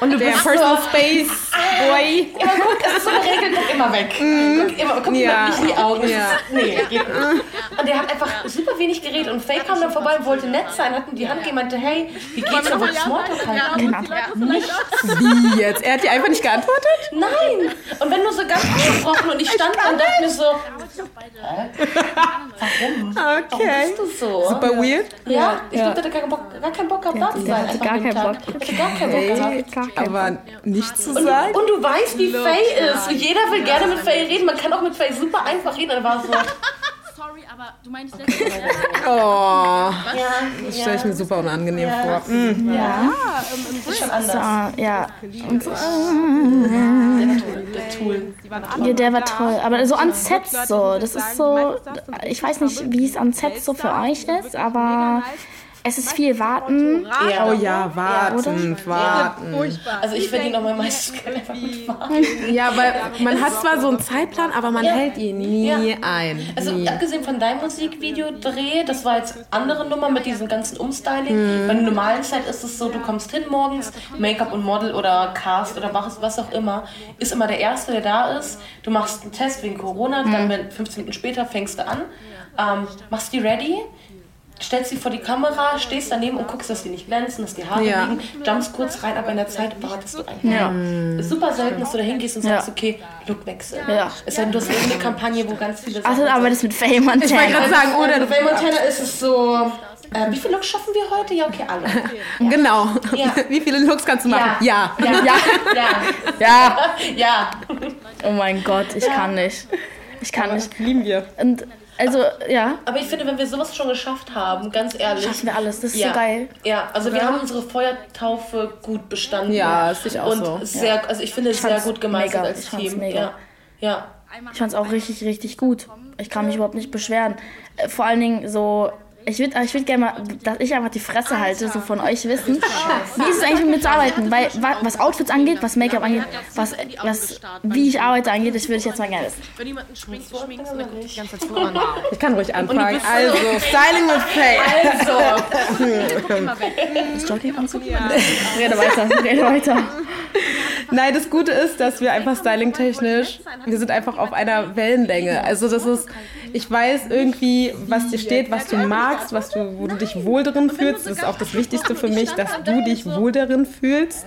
Speaker 2: Und du bist Personal Space
Speaker 3: [LAUGHS]
Speaker 2: Boy.
Speaker 3: Immer guck, es ist so eine Regel, guck immer weg. Guck immer, guck
Speaker 2: Ja.
Speaker 3: ja. nicht in die Augen. Das
Speaker 2: Ja.
Speaker 3: Ist, nee, geht nicht. Und der hat einfach super wenig geredet und Faye kam dann vorbei und wollte nett sein, hat ihm die Hand gegeben und meinte, hey, wie geht's dir? Wollte Smalltalk halten?
Speaker 1: Genau.
Speaker 4: Also,
Speaker 2: Wie jetzt? Er hat dir einfach nicht geantwortet?
Speaker 3: Nein! Und wenn du so ganz angesprochen und ich stand da und dachte mir so,
Speaker 2: Okay.
Speaker 3: Oh, bist du so?
Speaker 2: Super weird.
Speaker 3: Ja, ich glaube, der hatte gar keinen Bock, gar keinen Bock gehabt, da zu sein.
Speaker 1: der hatte
Speaker 3: einfach
Speaker 1: gar
Speaker 3: an dem
Speaker 1: keinen Bock.
Speaker 3: Tag. Der hatte gar keinen Bock gehabt.
Speaker 2: Ey, aber nichts zu sagen?
Speaker 3: Und du weißt, wie Faye ist. Jeder will gerne mit Faye reden. Man kann auch mit Faye super einfach reden. Und er war so,
Speaker 4: Sorry, aber du meinst letztes Jahr.
Speaker 2: Oh,
Speaker 3: ja,
Speaker 2: das stelle ich mir super unangenehm
Speaker 3: Ja.
Speaker 2: vor. Mm.
Speaker 3: ist schon anders.
Speaker 1: So, Ah, ja. Und so,
Speaker 3: Der Tool. Der Tool.
Speaker 1: ja, der war toll. Aber so an Sets so. Das ist so. Ich weiß nicht, wie es an Sets so für euch ist, aber es ist viel Warten.
Speaker 3: Ja.
Speaker 2: Oh ja, warten, warten.
Speaker 3: Also ich verdiene noch mein meistes Geld einfach mit Fahren.
Speaker 2: Ja, weil man hat zwar so einen Zeitplan, aber man
Speaker 3: Ja.
Speaker 2: hält ihn nie
Speaker 3: Ja.
Speaker 2: ein.
Speaker 3: Also
Speaker 2: nie.
Speaker 3: abgesehen von deinem Musikvideo-Dreh, das war jetzt andere Nummer mit diesem ganzen Umstyling.
Speaker 1: Hm.
Speaker 3: Bei der normalen Zeit ist es so, du kommst hin morgens, Make-up und Model oder Cast oder was, was auch immer, ist immer der Erste, der da ist. Du machst einen Test wegen Corona,
Speaker 1: Hm.
Speaker 3: dann wenn- 15 Minuten später fängst du an, ähm, machst die ready, stellst sie vor die Kamera, stehst daneben und guckst, dass die nicht glänzen, dass die Haare
Speaker 2: Ja.
Speaker 3: liegen, jumpst kurz rein, aber in der Zeit wartest du einfach. Ist super selten, dass du da hingehst und sagst,
Speaker 1: Ja.
Speaker 3: okay, Lookwechsel.
Speaker 1: Ja. Also
Speaker 3: Es sei denn, du hast irgendeine Kampagne, wo ganz viele
Speaker 1: Ach, du arbeitest mit Fame [LAUGHS] und
Speaker 2: ich wollte gerade sagen,
Speaker 3: oder
Speaker 2: oder
Speaker 3: bei Montana ist es so, äh, wie viele Looks schaffen wir heute? Ja, okay, alle.
Speaker 2: genau.
Speaker 3: also, Ja.
Speaker 2: Wie viele Looks kannst du machen? Ja.
Speaker 3: Ja. Ja. [LAUGHS] Ja.
Speaker 1: Ja.
Speaker 3: ja.
Speaker 1: Oh mein Gott, ich kann nicht. Ich kann nicht.
Speaker 2: Lieben wir.
Speaker 1: Und also, ja,
Speaker 3: Aber ich finde, wenn wir sowas schon geschafft haben, ganz ehrlich.
Speaker 1: schaffen wir alles. Das ist
Speaker 3: ja.
Speaker 1: so geil.
Speaker 3: Ja, also wir haben unsere Feuertaufe gut bestanden.
Speaker 2: Ja, das sehe ich auch
Speaker 3: Und
Speaker 2: so.
Speaker 3: sehr, also ich finde, sehr
Speaker 1: fand's
Speaker 3: gut gemeistert
Speaker 1: mega,
Speaker 3: als
Speaker 1: ich fand's
Speaker 3: Team.
Speaker 1: mega.
Speaker 3: Ja. ja.
Speaker 1: Ich fand's auch richtig, richtig gut. Ich kann mich überhaupt nicht beschweren. Äh, Vor allen Dingen so, Ich würde ich würd gerne mal, dass ich einfach die Fresse halte, so von euch wissen. Wie ist es eigentlich mit mir zu arbeiten? Weil, wa- was Outfits angeht, was Make-up angeht, was, was, wie ich arbeite angeht, das würde ich jetzt mal gerne wissen.
Speaker 4: Wenn jemand einen schminkt, du schminkst und dann guckt die
Speaker 2: [LAUGHS]
Speaker 4: ganze Zeit so
Speaker 2: Ich kann ruhig anfangen. Also,
Speaker 3: [LAUGHS]
Speaker 2: Styling with Faye.
Speaker 1: Rede weiter, rede weiter.
Speaker 2: Nein, das Gute ist, dass wir einfach stylingtechnisch, wir sind einfach auf einer Wellenlänge. Also das ist, ich weiß irgendwie, was dir steht, was du magst, was du, wo du dich wohl drin fühlst. Das ist auch das Wichtigste für mich, dass du dich wohl darin fühlst.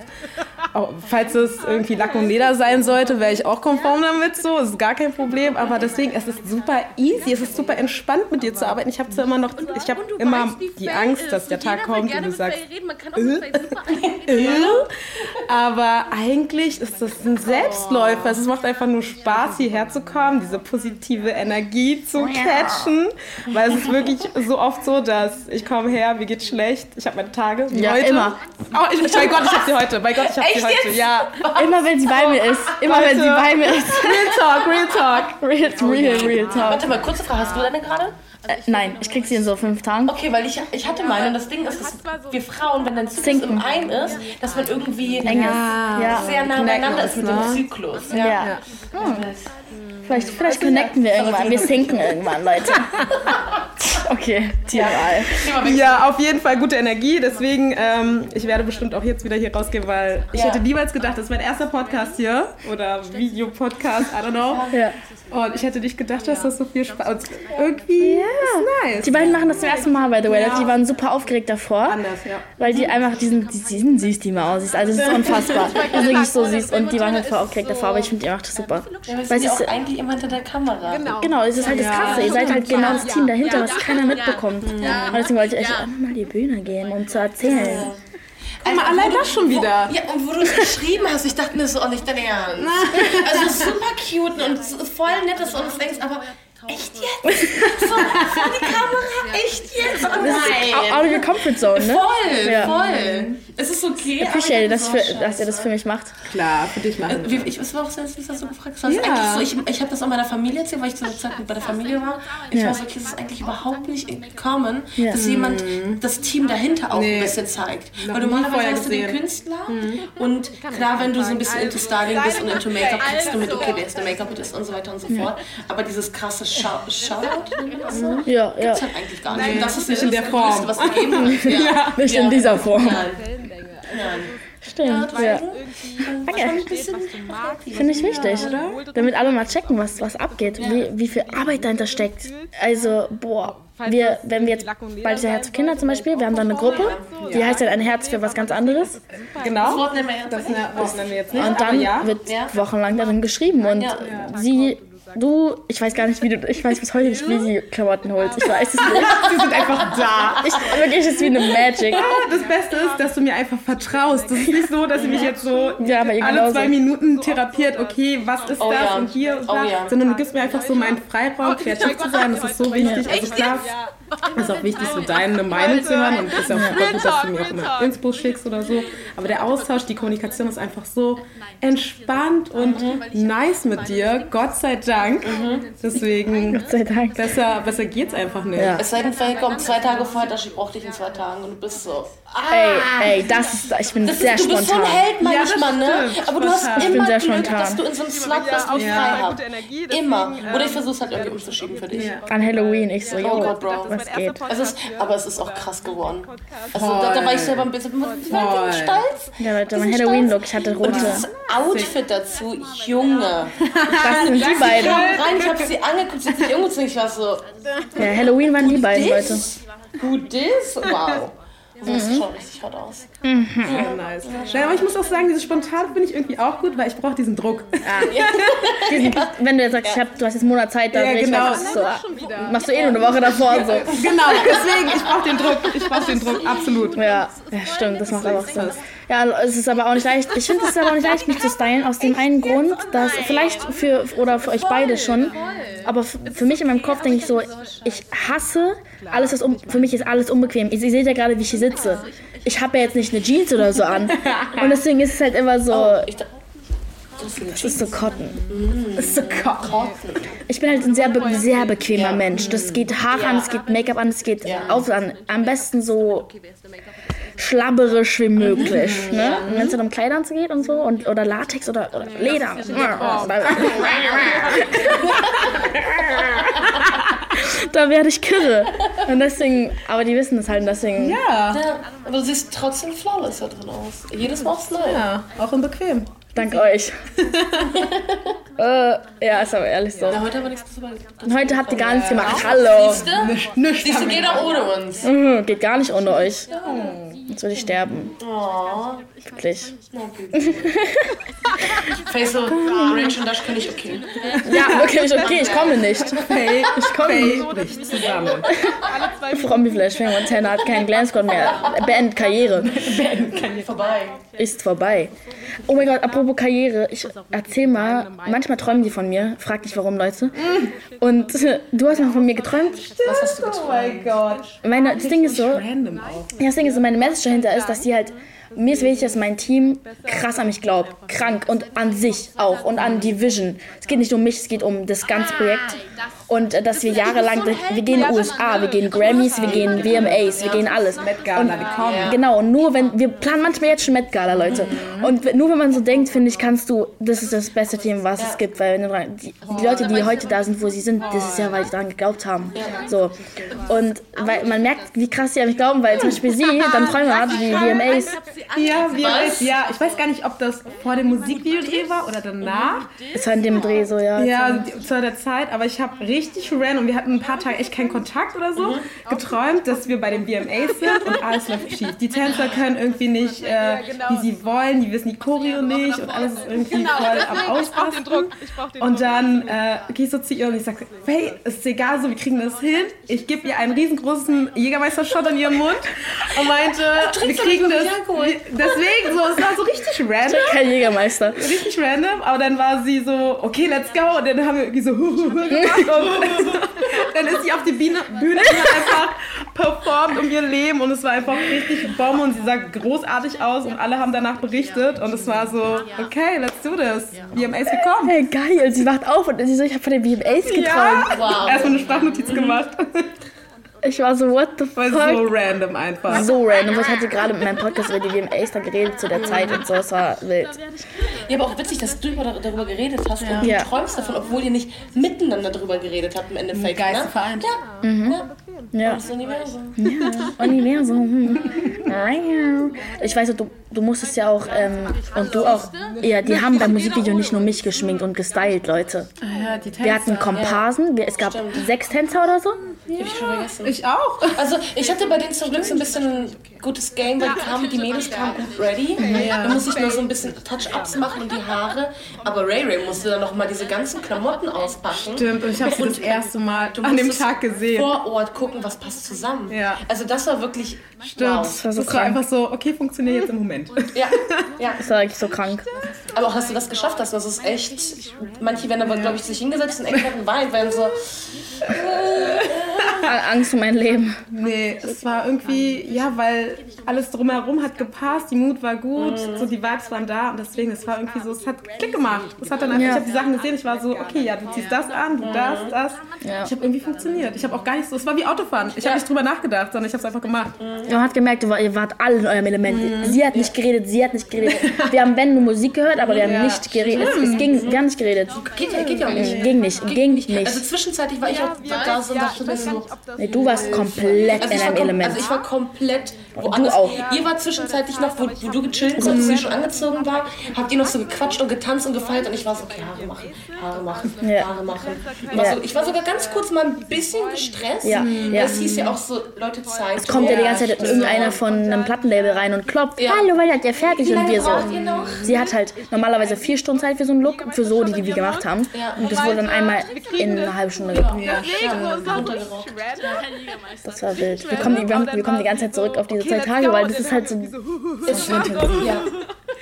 Speaker 2: Auch, falls es irgendwie Lack und Leder sein sollte, wäre ich auch konform damit so. Ist gar kein Problem. Aber deswegen, es ist super easy, es ist super entspannt mit dir zu arbeiten. Ich habe zwar immer noch, ich habe immer die Angst, dass der Tag kommt und du sagst,
Speaker 4: reden. Man kann auch mit
Speaker 2: [LAUGHS]
Speaker 4: Faye super reden.
Speaker 2: aber eigentlich ist das ein Selbstläufer. Es macht einfach nur Spaß, hierher zu kommen, diese positive Energie zu catchen. Weil es ist wirklich so oft so, dass ich komme her, mir geht's schlecht, ich habe meine Tage. wie
Speaker 1: Ja,
Speaker 2: heute.
Speaker 1: immer.
Speaker 2: Oh, ich, mein Gott, ich habe sie heute. Mein Gott, ich habe sie heute. Ja.
Speaker 1: Immer wenn sie bei mir ist, Oh, immer wenn sie bei mir ist.
Speaker 2: Real Talk, Real Talk.
Speaker 1: Real, real, real talk.
Speaker 3: Warte mal, kurze Frage, hast du deine gerade?
Speaker 1: Äh, nein, ich krieg sie in so fünf Tagen.
Speaker 3: Okay, weil ich, ich hatte meine und das Ding ist, dass wir Frauen, wenn dein Zyklus
Speaker 1: Sinken.
Speaker 3: im Ein ist, dass man irgendwie
Speaker 1: Enges.
Speaker 3: sehr
Speaker 1: Ah. Ja.
Speaker 3: nah beieinander ist mit dem
Speaker 2: ne?
Speaker 3: Zyklus.
Speaker 1: Ja. Hm. Vielleicht, vielleicht connecten wir irgendwann. Wir sinken irgendwann, Leute. Okay, TRI.
Speaker 2: Ja, auf jeden Fall gute Energie. Deswegen, ähm, ich werde bestimmt auch jetzt wieder hier rausgehen, weil ich
Speaker 3: Ja.
Speaker 2: hätte niemals gedacht, das ist mein erster Podcast hier oder Videopodcast, I don't know.
Speaker 1: Ja.
Speaker 2: Und ich hätte nicht gedacht, dass das so viel Spaß und irgendwie ist nice.
Speaker 1: Die beiden machen das zum ersten Mal, by the way. Die waren super aufgeregt davor,
Speaker 2: Anders, ja.
Speaker 1: weil die einfach diesen, die, die sind süß, die Maus. ist. Also es ist unfassbar. Die sind wirklich so
Speaker 3: also
Speaker 1: süß und die waren halt voll aufgeregt davor, aber ich finde, ihr macht das super.
Speaker 3: Ja, wir
Speaker 1: Weil
Speaker 3: sind
Speaker 1: es
Speaker 3: ja auch
Speaker 1: ist-
Speaker 3: eigentlich immer hinter der Kamera. Genau.
Speaker 1: Genau, es ist halt das Krasse. Ihr seid halt genau das Team dahinter, was keiner mitbekommt. Und deswegen wollte ich euch auch mal die Bühne geben, um zu erzählen.
Speaker 2: Guck mal, allein das schon wieder.
Speaker 3: Ja, und wo du es geschrieben hast, ich dachte mir so, oh, nicht dein Ernst. Also super cute und so voll nettes und du denkst, aber echt jetzt? So, vor die Kamera, echt jetzt? Oh
Speaker 1: Out
Speaker 3: nein.
Speaker 1: out of your comfort zone, ne?
Speaker 3: Voll,
Speaker 1: Ja.
Speaker 3: voll. Es ist okay. aber
Speaker 1: Appreciate,
Speaker 3: ich
Speaker 1: dass,
Speaker 3: bin so
Speaker 1: für, dass ihr das für mich macht.
Speaker 2: Klar, für dich machen.
Speaker 3: Wie, ich es war auch sehr süß, dass du gefragt hast.
Speaker 2: Ja.
Speaker 3: Eigentlich so, ich ich habe das auch meiner Familie erzählt, weil ich zu der Zeit mit bei der Familie war. Ich war so, okay, es ist eigentlich überhaupt nicht common,
Speaker 1: Ja.
Speaker 3: dass jemand das Team dahinter auch
Speaker 2: Mhm. Nee.
Speaker 3: ein bisschen zeigt.
Speaker 2: Noch
Speaker 3: weil
Speaker 2: nie
Speaker 3: normalerweise
Speaker 2: vorher
Speaker 3: hast du den
Speaker 2: gesehen. Mhm.
Speaker 3: Künstler und klar, wenn du so ein bisschen into Styling bist und into Make-up, kriegst du mit, okay, der ist der Make-up-Artist und so weiter und so fort. Aber dieses krasse Shou- Shoutout, das ist
Speaker 1: Ja, ja.
Speaker 3: halt eigentlich gar nicht. und das ist
Speaker 2: nicht in der
Speaker 3: das
Speaker 2: Form.
Speaker 3: Größte, was gegeben hat.
Speaker 2: [LAUGHS]
Speaker 3: Ja.
Speaker 1: Nicht in dieser Form.
Speaker 3: Nein.
Speaker 1: Stimmt, ja. Danke. Finde ich wichtig, damit alle mal checken, was, was abgeht, wie, wie viel Arbeit dahinter steckt. Also, boah, wir, wenn wir jetzt bald ist ja Herz für Kinder zum Beispiel, wir haben da eine Gruppe, die heißt dann ein Herz für was ganz anderes.
Speaker 2: Genau.
Speaker 3: Wort nehmen wir jetzt.
Speaker 2: Das ne- das nennen wir jetzt nicht.
Speaker 1: Und
Speaker 2: aber
Speaker 1: dann
Speaker 2: ja.
Speaker 1: wird
Speaker 3: Ja.
Speaker 1: wochenlang darin geschrieben und
Speaker 3: Ja.
Speaker 1: sie, du, ich weiß gar nicht, wie du, ich weiß bis heute nicht, wie sie Klamotten holt. Ich weiß es
Speaker 3: [LAUGHS]
Speaker 1: nicht.
Speaker 2: Sie sind einfach da.
Speaker 1: Ich, wirklich, es ist wie eine Magic.
Speaker 2: Das Beste ist, dass du mir einfach vertraust. Das ist nicht so, dass sie mich jetzt so
Speaker 1: Ja, aber ihr
Speaker 2: alle
Speaker 1: genauso.
Speaker 2: zwei Minuten therapiert, okay, was ist das
Speaker 3: ja.
Speaker 2: und hier und
Speaker 3: Oh
Speaker 2: da,
Speaker 3: ja.
Speaker 2: sondern du gibst mir einfach so meinen Freiraum, kreativ zu sein. Das ist so wichtig. Also klar, ist auch wichtig, so deine Meinung zu hören und ist auch super gut, dass du mir auch immer Inspos schickst oder so. Aber der Austausch, die Kommunikation ist einfach so entspannt und nice mit dir, Gott sei Dank. Deswegen,
Speaker 1: Gott sei Dank.
Speaker 2: besser, besser geht's einfach nicht.
Speaker 1: Ja.
Speaker 3: Es sei denn, Faye kommt zwei Tage vorher, dass ich brauche dich in zwei Tagen und du bist so.
Speaker 1: Ey, ey, das ist, ich bin
Speaker 3: Ah. Das
Speaker 1: sehr
Speaker 3: ist, du bist so ein
Speaker 1: spontan.
Speaker 3: Held
Speaker 2: Ja, das
Speaker 3: manchmal, ne?
Speaker 2: stimmt.
Speaker 3: Aber du hast
Speaker 2: Spontan. Ich
Speaker 1: bin
Speaker 3: immer
Speaker 1: sehr
Speaker 3: Glück,
Speaker 1: spontan.
Speaker 3: dass du in so einem Slot bist, wo ich
Speaker 2: Ja. Ja,
Speaker 3: frei habe.
Speaker 2: gute Energie, deswegen, ähm,
Speaker 3: Immer. Oder ich versuche es halt irgendwie umzuschieben für dich.
Speaker 2: Ja.
Speaker 1: An Halloween, ich so,
Speaker 3: Oh
Speaker 1: yo,
Speaker 3: Gott, Bro.
Speaker 1: was geht?
Speaker 3: Es ist, aber es ist auch krass geworden. Also da, da war ich selber ein bisschen ich war
Speaker 2: Voll.
Speaker 3: ein bisschen stolz.
Speaker 1: Ja, Leute, mein Halloween-Look, ich hatte
Speaker 3: Und
Speaker 1: rote.
Speaker 3: dieses Outfit dazu, Junge.
Speaker 1: Das sind die
Speaker 3: Ich
Speaker 1: beiden.
Speaker 3: kam rein, ich habe sie angeguckt, sie hat sich umgezogen. Ich war so,
Speaker 1: Ja, Halloween waren die beiden, Leute. Mhm.
Speaker 3: this? Who this? Wow. So sieht schon richtig hot aus.
Speaker 2: Ja, nice. Nein, aber ich muss auch sagen, dieses spontan finde ich irgendwie auch gut, weil ich brauche diesen Druck.
Speaker 1: Diesen, wenn du jetzt sagst, ich hab, du hast jetzt einen Monat Zeit, dann
Speaker 2: Ja,
Speaker 1: bin ich
Speaker 2: genau.
Speaker 1: weiß, das ist so, machst du eh nur eine Woche davor so.
Speaker 2: [LAUGHS] genau, deswegen, ich brauche den Druck. Ich brauche den Druck, absolut.
Speaker 1: Ja, ja stimmt, das macht auch Sinn. Ja, es ist aber auch nicht leicht. Ich finde es ist aber auch nicht leicht, mich zu stylen, aus dem einen Grund, dass vielleicht für, oder für euch beide schon, aber f- für mich in meinem Kopf denke ich so, ich hasse alles, was um, für mich ist alles unbequem. Ihr, ihr seht ja gerade, wie ich hier sitze. [LAUGHS] Ich habe ja jetzt nicht eine Jeans oder so an. Und deswegen ist es halt immer so,
Speaker 3: Ich, da-
Speaker 1: Es ist so Cotton. Es ist so Cotton. Ich bin halt ein sehr, be sehr bequemer Mensch. Das geht Haare an, es geht Make-up an, es geht auf an. Am besten so schlabberisch wie möglich. Ne? Und Wenn es dann um Kleidanzug geht und so, und, oder Latex oder, oder Leder. [LAUGHS] da werde ich kirre. Und deswegen, aber die wissen das halt, und deswegen.
Speaker 2: Ja.
Speaker 3: Ja, aber du siehst trotzdem flawless da drin aus. Jedes Mal aufs Neue.
Speaker 2: ja, auch unbequem.
Speaker 1: Dank euch. [LAUGHS] äh, ja, ist aber ehrlich so.
Speaker 3: Na, heute haben wir nichts zu sagen.
Speaker 1: Und heute habt ihr gar nichts gemacht. Hallo.
Speaker 3: Siehst du?
Speaker 2: Nüchtern.
Speaker 3: Siehst du, geht auch ohne uns.
Speaker 1: Mhm, geht gar nicht ohne euch. Jetzt würde ich sterben.
Speaker 3: Oh,
Speaker 1: Wirklich.
Speaker 3: Face so, Rachel und Dash kann ich okay.
Speaker 1: Ja, wirklich, okay, ich komme nicht.
Speaker 2: Hey,
Speaker 1: Ich komme nicht.
Speaker 2: nicht zusammen.
Speaker 1: Frommi Flash, Fang Montana hat keinen Glanzcode mehr. Beendet Karriere.
Speaker 3: Vorbei.
Speaker 1: Ist vorbei. Oh mein Gott, apropos Karriere. Ich erzähl mal, manchmal träumen die von mir. Frag nicht warum, Leute. Und [LAUGHS] du hast mal von mir geträumt.
Speaker 3: Was hast du
Speaker 2: Oh
Speaker 3: getrunken?
Speaker 2: mein Gott.
Speaker 1: Meine, das Ding ist so,
Speaker 2: Random auch.
Speaker 1: Ja, das Ding ist, meine Message dahinter ist, dass die halt, mir ist wichtig, dass mein Team krass an mich glaubt, krank und an sich auch und an die Vision. Es geht nicht um mich, es geht um das ganze Projekt und äh, dass wir jahrelang, wir gehen USA, wir gehen Grammys, wir gehen VMAs, wir gehen alles.
Speaker 2: Gala, die kommen.
Speaker 1: Genau, und nur wenn, wir planen manchmal jetzt schon Met Gala, Leute. Und w- nur wenn man so denkt, finde ich, kannst du, das ist das beste Team, was es gibt, weil wenn du dran, die, die Leute, die heute Oh, da sind, wo sie sind, das ist Oh, ja, weil die daran geglaubt haben. So. Und weil man merkt, wie krass sie an mich glauben, weil zum Beispiel sie, dann freuen wir uns, die VMAs.
Speaker 2: Ja, wir ja, ich weiß gar nicht, ob das vor dem Musikvideodreh war oder danach.
Speaker 1: Es war in dem Dreh so, ja.
Speaker 2: Ja, die- zu der Zeit, aber ich habe richtig random, wir hatten ein paar Tage echt keinen Kontakt oder so, geträumt, dass wir bei den BMAs sind und alles läuft schief. Die Tänzer können irgendwie nicht, äh, wie sie wollen, die wissen die Choreo nicht und alles ist irgendwie voll am Ausrasten. Und dann äh, gehe ich so zu ihr und ich sage, hey, ist egal so, wir kriegen das hin. Ich gebe ihr einen riesengroßen Jägermeister-Shot in ihren Mund und meinte, wir kriegen das. wir- Deswegen, so, es war so richtig random
Speaker 1: Kein Jägermeister.
Speaker 2: richtig random, aber dann war sie so, okay, let's go. Und dann haben wir irgendwie so hu, hu, hu gemacht. Und [LAUGHS] dann ist sie auf die Biene, Bühne und hat einfach performt um ihr Leben und es war einfach richtig Bombe und sie sah großartig aus und alle haben danach berichtet und es war so, okay, let's do this. VMAs gekommen.
Speaker 1: Hey, geil. Sie wacht auf und sie so, ich habe von den VMAs geträumt.
Speaker 2: Ja,
Speaker 3: Wow.
Speaker 2: erstmal eine Sprachnotiz gemacht.
Speaker 1: Ich war so, what the
Speaker 2: Weil es so
Speaker 1: fuck?
Speaker 2: random einfach.
Speaker 1: So random. Ich hatte gerade mit meinem Podcast über die VMAs da geredet zu der Zeit und so. Es war wild.
Speaker 3: Ja, aber auch witzig, dass du über- darüber geredet hast und du
Speaker 1: Ja.
Speaker 3: träumst davon, obwohl ihr nicht miteinander darüber geredet habt im Endeffekt.
Speaker 2: Geister
Speaker 3: ne?
Speaker 2: vereint.
Speaker 3: Ja, ja.
Speaker 1: Mhm. Ja.
Speaker 3: Das Universum.
Speaker 1: Universum. Ich weiß, du, du musstest ja auch, ähm, und du auch, ja, die haben beim Musikvideo nicht nur mich geschminkt und gestylt, Leute.
Speaker 2: Ja, die
Speaker 1: Wir hatten Komparsen, wir, es gab sechs Tänzer oder so.
Speaker 3: Hab ich schon vergessen.
Speaker 2: Ich auch.
Speaker 3: Also ich hatte bei denen zum Glück so ein bisschen ein gutes Game, weil die, kamen, die Mädels kamen gut ready. Da musste ich nur so ein bisschen Touch-Ups machen und die Haare. Aber Ray Ray musste dann nochmal diese ganzen Klamotten auspacken.
Speaker 2: Stimmt, und ich habe sie das erste Mal an dem
Speaker 3: musstest
Speaker 2: Tag gesehen.
Speaker 3: Vor Ort gucken, was passt zusammen.
Speaker 2: Ja.
Speaker 3: Also das war wirklich
Speaker 2: Stimmt,
Speaker 3: Wow.
Speaker 2: das war,
Speaker 1: war so krank.
Speaker 2: einfach so, okay, funktioniert jetzt im Moment.
Speaker 3: Ja, ja.
Speaker 1: Das war eigentlich so krank.
Speaker 3: Aber auch, dass du das geschafft hast, das ist echt. Manche werden aber, glaube ich, sich hingesetzt und echt hatten Wein, weil so.
Speaker 1: A- Angst um mein Leben.
Speaker 2: Nee, es war irgendwie, ja, weil alles drumherum hat gepasst, die Mut war gut, so die Vibes waren da und deswegen, es war irgendwie so, es hat Klick gemacht. Es hat dann einfach,
Speaker 1: Ja.
Speaker 2: ich habe die Sachen gesehen, ich war so, okay, ja, Mhm. du ziehst das an, du das, das.
Speaker 1: Ja.
Speaker 2: Ich habe irgendwie funktioniert. Ich habe auch gar nicht so, es war wie Autofahren. Ich habe nicht drüber nachgedacht, sondern ich habe es einfach gemacht.
Speaker 1: Man hat gemerkt, ihr wart- ihr wart alle in eurem
Speaker 3: Mhm.
Speaker 1: Element. Sie hat nicht geredet, sie hat nicht
Speaker 3: [LAUGHS]
Speaker 1: geredet. Wir haben, wenn nur Musik gehört, aber wir haben nicht geredet. Es, es ging, wir haben nicht geredet.
Speaker 3: Geht ja, geht ja auch nicht.
Speaker 1: Ging nicht, ging
Speaker 3: Also
Speaker 1: nicht.
Speaker 3: zwischenzeitlich war ich auch da so und dachte mir so.
Speaker 1: Nee, du warst komplett in
Speaker 3: Also ich, war
Speaker 1: einem
Speaker 3: kom-
Speaker 1: Element.
Speaker 3: also ich war komplett woanders.
Speaker 1: auch. Mhm.
Speaker 3: Ihr war zwischenzeitlich noch, wo, wo du gechillt konntest, wie ich schon angezogen war, habt ihr noch so gequatscht und getanzt und gefeiert und ich war so, okay, Haare machen, Haare machen,
Speaker 1: Ja.
Speaker 3: Haare machen. Und War
Speaker 1: Ja.
Speaker 3: so, ich war sogar ganz kurz mal ein bisschen gestresst.
Speaker 1: Ja, ja.
Speaker 3: Das hieß ja auch so, Leute, Zeit. Es
Speaker 1: kommt ja die ganze Zeit irgendeiner von einem Plattenlabel rein und klopft,
Speaker 3: Ja.
Speaker 1: hallo, weil seid ihr fertig?
Speaker 3: Wie
Speaker 1: Und
Speaker 3: lange
Speaker 1: wir so.
Speaker 3: braucht ihr noch?
Speaker 1: Sie hat halt normalerweise vier Stunden Zeit für so einen Look, für so, die, die wir gemacht haben.
Speaker 3: Ja.
Speaker 1: Und das wurde dann einmal in einer halben Stunde gemacht.
Speaker 2: Ja,
Speaker 1: Das war wild. Wir kommen, die, wir, haben, wir kommen die ganze Zeit zurück auf diese zwei Tage, weil das ist halt so.
Speaker 3: Ja.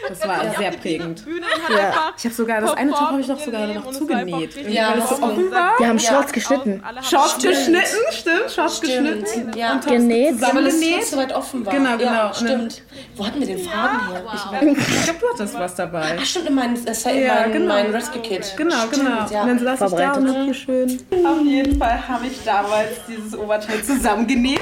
Speaker 5: Das war sehr prägend.
Speaker 2: Bühne und hat
Speaker 5: Ja.
Speaker 2: einfach
Speaker 5: Ich habe sogar, das eine Top
Speaker 2: performt
Speaker 5: habe ich doch
Speaker 2: ihr
Speaker 5: sogar
Speaker 2: Leben
Speaker 5: noch
Speaker 2: und es war einfach
Speaker 5: zugenäht.
Speaker 2: richtig
Speaker 3: Ja,
Speaker 5: weil es so
Speaker 3: warum?
Speaker 5: offen war.
Speaker 1: Wir haben Shorts
Speaker 2: Außen,
Speaker 1: geschnitten.
Speaker 2: alle haben
Speaker 5: Shorts
Speaker 2: Arme.
Speaker 5: geschnitten, stimmt, Shorts geschnitten.
Speaker 3: Stimmt. Ja.
Speaker 1: Top Genäht.
Speaker 3: Weil es viel
Speaker 5: zusammengenäht.
Speaker 3: zu weit offen war.
Speaker 5: Genau, genau.
Speaker 3: Ja,
Speaker 5: Und
Speaker 3: stimmt. Wo hatten wir den Faden her? Ich weiß.
Speaker 5: Ich glaube, du hattest was dabei.
Speaker 3: Ach, stimmt, in meinem äh,
Speaker 5: Ja,
Speaker 3: mein,
Speaker 5: genau.
Speaker 3: mein Rescue Kit.
Speaker 5: Genau, genau.
Speaker 3: ja.
Speaker 5: Und dann saß ich da
Speaker 1: Vorbereitet.
Speaker 5: und hab hier schön. Auf jeden Fall habe ich damals dieses Oberteil zusammengenäht.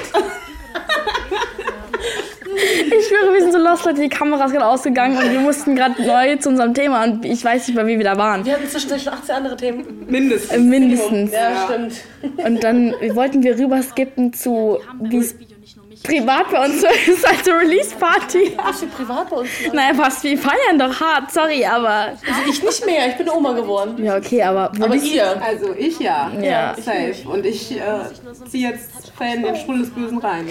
Speaker 1: Ich schwöre, wir sind so lost, Leute. Die Kamera ist gerade ausgegangen und wir mussten gerade neu zu unserem Thema und ich weiß nicht mehr, wie wir da waren.
Speaker 3: Wir hatten zwischendurch noch 18 andere Themen.
Speaker 1: Äh,
Speaker 5: Mindestens.
Speaker 1: Mindestens.
Speaker 3: Ja, stimmt.
Speaker 1: Und dann wollten wir rüber skippen zu, wie es privat bei uns [LAUGHS] so ist, also Release-Party.
Speaker 3: Was für privat bei uns?
Speaker 1: Naja, was, wir feiern doch hart, sorry, aber...
Speaker 3: Also ich nicht mehr, ich bin Oma geworden.
Speaker 1: Ja, okay, aber...
Speaker 3: Aber ihr.
Speaker 5: Also ich ja.
Speaker 1: Ja.
Speaker 5: Safe. Und ich äh, ziehe jetzt voll in den Sprudel des Bösen rein.